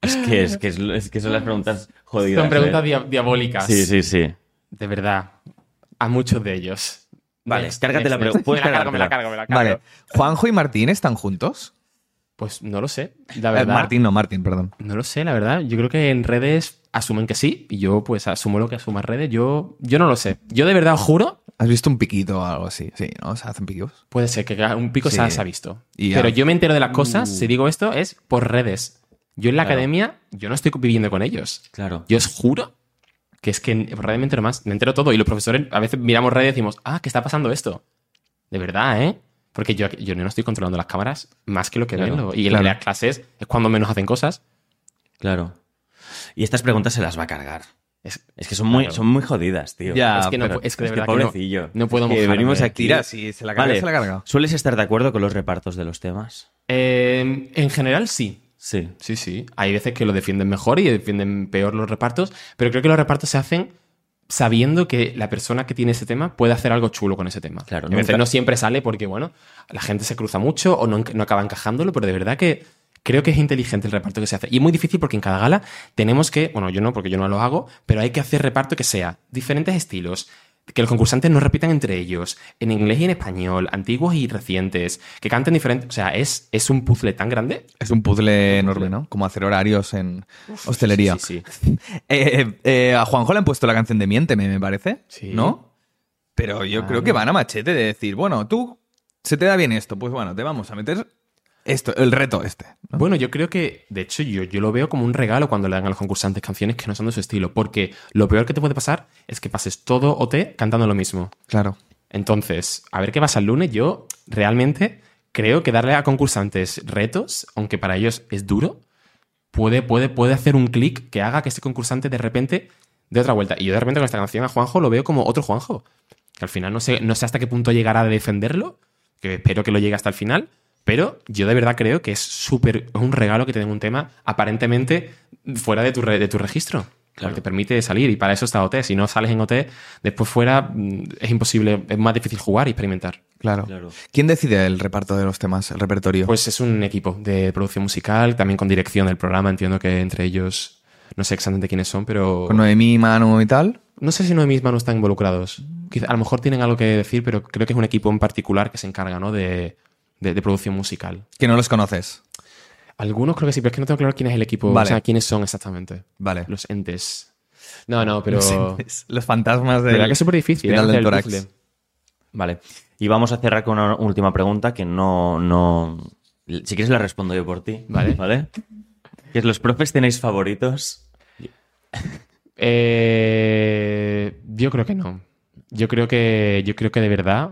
Es que, es que, es, es que son las preguntas jodidas. son preguntas ¿eh? dia- diabólicas. Sí, sí, sí. De verdad. A muchos de ellos. Vale, Next, cárgate next, la next. pregunta. Puedes Me la cargo, me la cargártela. cargo, me la cargo. Vale. ¿Juanjo y Martín están juntos? Pues no lo sé, la Eh, verdad. Martín, no, Martín, perdón. No lo sé, la verdad. Yo creo que en redes asumen que sí. Y yo, pues, asumo lo que asuma redes. Yo, yo no lo sé. Yo de verdad juro, ¿Has visto un piquito o algo así? Sí, ¿no? Se hacen piquillos. puede ser que un pico se Sí. se ha visto. Y ya. Uh. Pero yo me entero de las cosas, si digo esto, es por redes. Yo en la Claro. academia, yo no estoy viviendo con ellos. Claro. Yo os juro que es que realmente me entero más. Me entero todo. Y los profesores a veces miramos redes y decimos, ah, ¿qué está pasando esto? De verdad, ¿eh? Porque yo, yo no estoy controlando las cámaras más que lo que Claro, ven. lo- Y en claro. las clases es cuando menos hacen cosas. Claro. Y estas preguntas se las va a cargar. Es, Es que son muy, Claro. son muy jodidas, tío. Ya, es que no pero- pu- es que de es que verdad que no- pobrecillo. no puedo Es que mojarme. venimos aquí. Tira, si se la carga, Vale. se la carga. ¿Sueles estar de acuerdo con los repartos de los temas? Eh, en general, sí. Sí. Sí, sí. Hay veces que lo defienden mejor y defienden peor los repartos, pero creo que los repartos se hacen sabiendo que la persona que tiene ese tema puede hacer algo chulo con ese tema. Claro, A nunca- veces no siempre sale porque, bueno, la gente se cruza mucho o no, enca- no acaba encajándolo, pero de verdad que creo que es inteligente el reparto que se hace. Y es muy difícil porque en cada gala tenemos que, bueno, yo no, porque yo no lo hago, pero hay que hacer reparto que sea diferentes estilos. Que los concursantes no repitan entre ellos, en inglés y en español, antiguos y recientes, que canten diferentes. O sea, es, es un puzzle tan grande. Es un puzzle enorme, ¿no? Como hacer horarios en hostelería. Sí, sí. Eh, eh, a Juanjo le han puesto la canción de Miénteme, me parece. Sí. ¿No? Pero yo creo que van a machete de decir, bueno, tú se te da bien esto, pues bueno, te vamos a meter esto, el reto este. ¿no? Bueno, yo creo que, de hecho, yo, yo lo veo como un regalo cuando le dan a los concursantes canciones que no son de su estilo, porque lo peor que te puede pasar es que pases todo OT cantando lo mismo. Claro. Entonces, a ver qué pasa el lunes, yo realmente creo que darle a concursantes retos, aunque para ellos es duro, puede, puede, puede hacer un clic que haga que este concursante de repente dé otra vuelta. Y yo de repente con esta canción a Juanjo lo veo como otro Juanjo. Que al final no sé, no sé hasta qué punto llegará de defenderlo, que espero que lo llegue hasta el final, pero yo de verdad creo que es súper es un regalo que te den un tema aparentemente fuera de tu, re- de tu registro. Claro. Porque Te permite salir y para eso está OT. Si no sales en OT, después fuera mm, es imposible, es más difícil jugar y experimentar. Claro. Claro. ¿Quién decide el reparto de los temas, el repertorio? Pues es un equipo de producción musical, también con dirección del programa. Entiendo que entre ellos, no sé exactamente quiénes son, pero. Con Noemí, Manu y tal. No sé si no misma no están involucrados. Quizá- a lo mejor tienen algo que decir, pero creo que es un equipo en particular que se encarga ¿no? de, de- de producción musical. Que no los conoces. Algunos creo que sí, pero es que no tengo claro quién es el equipo, Vale. o sea, quiénes son exactamente. Vale. Los entes. No, no, pero. Los De entes, los fantasmas de. verdad que es súper difícil. Hospital del tórax. Vale. Y vamos a cerrar con una última pregunta que no, no... Si quieres la respondo yo por ti. Vale. ¿Vale? Que es, ¿Los profes tenéis favoritos? Eh, yo creo que no. Yo creo que, yo creo que de verdad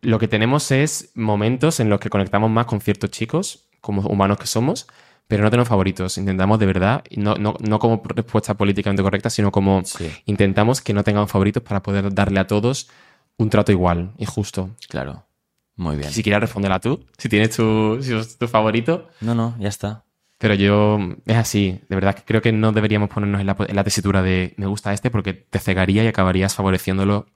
lo que tenemos es momentos en los que conectamos más con ciertos chicos, como humanos que somos, pero no tenemos favoritos. Intentamos de verdad, y no, no, no como respuesta políticamente correcta, sino como Sí. intentamos que no tengan favoritos para poder darle a todos un trato igual y justo. Claro. Muy bien. Si quieres, respóndela tú, si tienes tu, si es tu favorito. No, no, ya está. Pero yo, es así, de verdad que creo que no deberíamos ponernos en la, en la tesitura de me gusta este porque te cegaría y acabarías favoreciéndolo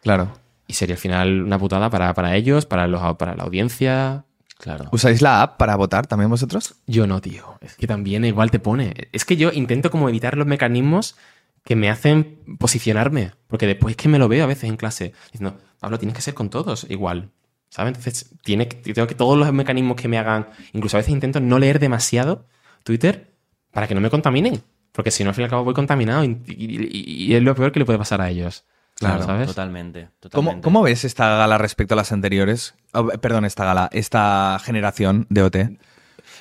Claro. y sería al final una putada para, para ellos, para, los, para la audiencia. Claro. ¿Usáis la app para votar también vosotros? Yo no, tío. Es que también igual te pone. Es que yo intento como evitar los mecanismos que me hacen posicionarme, porque después es que me lo veo a veces en clase diciendo, Pablo, tienes que ser con todos igual. ¿Sabes? Entonces, tiene, que- tengo que todos los mecanismos que me hagan, incluso a veces intento no leer demasiado Twitter para que no me contaminen, porque si no, al fin y al cabo voy contaminado y, y- y- y es lo peor que le puede pasar a ellos. Claro, Ah, ¿sabes? Totalmente. ¿Cómo, totalmente. cómo ves esta gala respecto a las anteriores? Oh, perdón, esta gala, esta generación de OT.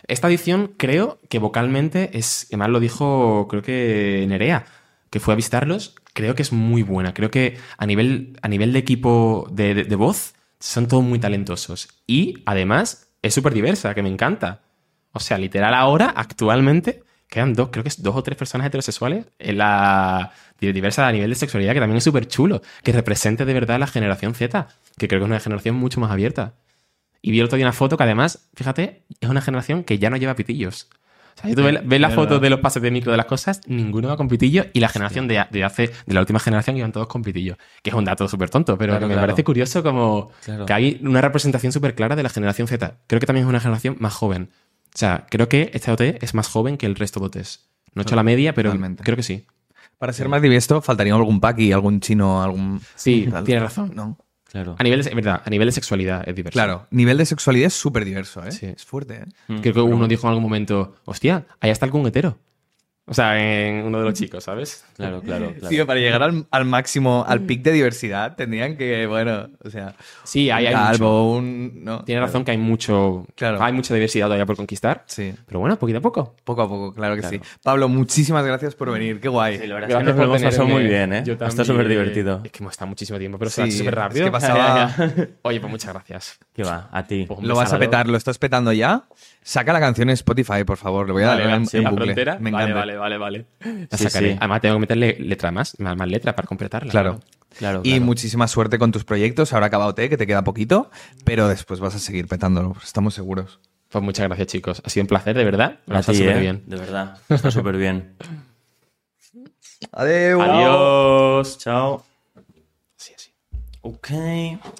Esta edición creo que vocalmente es, además lo dijo creo que Nerea, que fue a visitarlos, creo que es muy buena. Creo que a nivel, a nivel de equipo de, de- de voz son todos muy talentosos. Y además es súper diversa, que me encanta. O sea, literal ahora, actualmente, quedan dos, creo que es dos o tres personas heterosexuales en la di- diversa a nivel de sexualidad, que también es súper chulo, que represente de verdad la generación Z, que creo que es una generación mucho más abierta. Y vi el otro día una foto que además, fíjate, es una generación que ya no lleva pitillos. O sea, si tú ves, ves las es fotos verdad. de los pases de micro de las cosas, ninguno va con pitillo y la generación de, de hace, de la última generación iban todos con pitillo. Que es un dato súper tonto, pero Claro, que me claro. parece curioso como Claro. que hay una representación súper clara de la generación Z. Creo que también es una generación más joven. O sea, creo que esta OT es más joven que el resto de OTs. No he hecho la media, pero Totalmente. creo que sí. Para ser más diverso, faltaría algún paqui, algún chino, algún. Sí, Tal. tienes razón. No. Claro. A nivel de, es verdad, a nivel de sexualidad es diverso. Claro, nivel de sexualidad es súper diverso, ¿eh? Sí. Mm, Es fuerte, ¿eh? Creo que uno dijo en algún momento, hostia, ahí está algún hetero. O sea, en uno de los chicos, ¿sabes? Claro, claro, claro. Tío, para llegar al, al máximo, al pic de diversidad, tendrían que, bueno, o sea, Sí, ahí hay un mucho. calvo, un. No, Tienes razón que hay mucho. Claro. Hay mucha diversidad todavía por conquistar. Sí, Pero bueno, poquito a poco. poco a poco, claro que Claro. sí. Pablo, muchísimas gracias por venir, qué guay. Sí, la verdad es Gracias que nos por lo hemos pasado muy tenerme. bien, ¿eh? Yo Está también. súper divertido. Es que hemos estado muchísimo tiempo, pero Sí, se va súper es rápido. que pasaba- Oye, pues muchas gracias. ¿Qué va? A ti. Pues un Lo vas a besado. petar, lo estás petando ya. Saca la canción en Spotify, por favor. Le voy a dar Vale, en, vale, sí, en la bucle. frontera. Me vale, encanta. vale, vale, vale. La Sí, sacaré. sí. Además, tengo que meterle letra más, más, más letra para completarla. Claro. Claro, Y claro. muchísima suerte con tus proyectos. Ahora acabado te, que te queda poquito, pero después vas a seguir petándolo, estamos seguros. Pues muchas gracias, chicos. Ha sido un placer, de verdad. Me A lo ti, pasado súper ¿eh? bien. De verdad. Está súper bien. Adiós. Adiós. Adiós, chao. Sí, sí. Ok.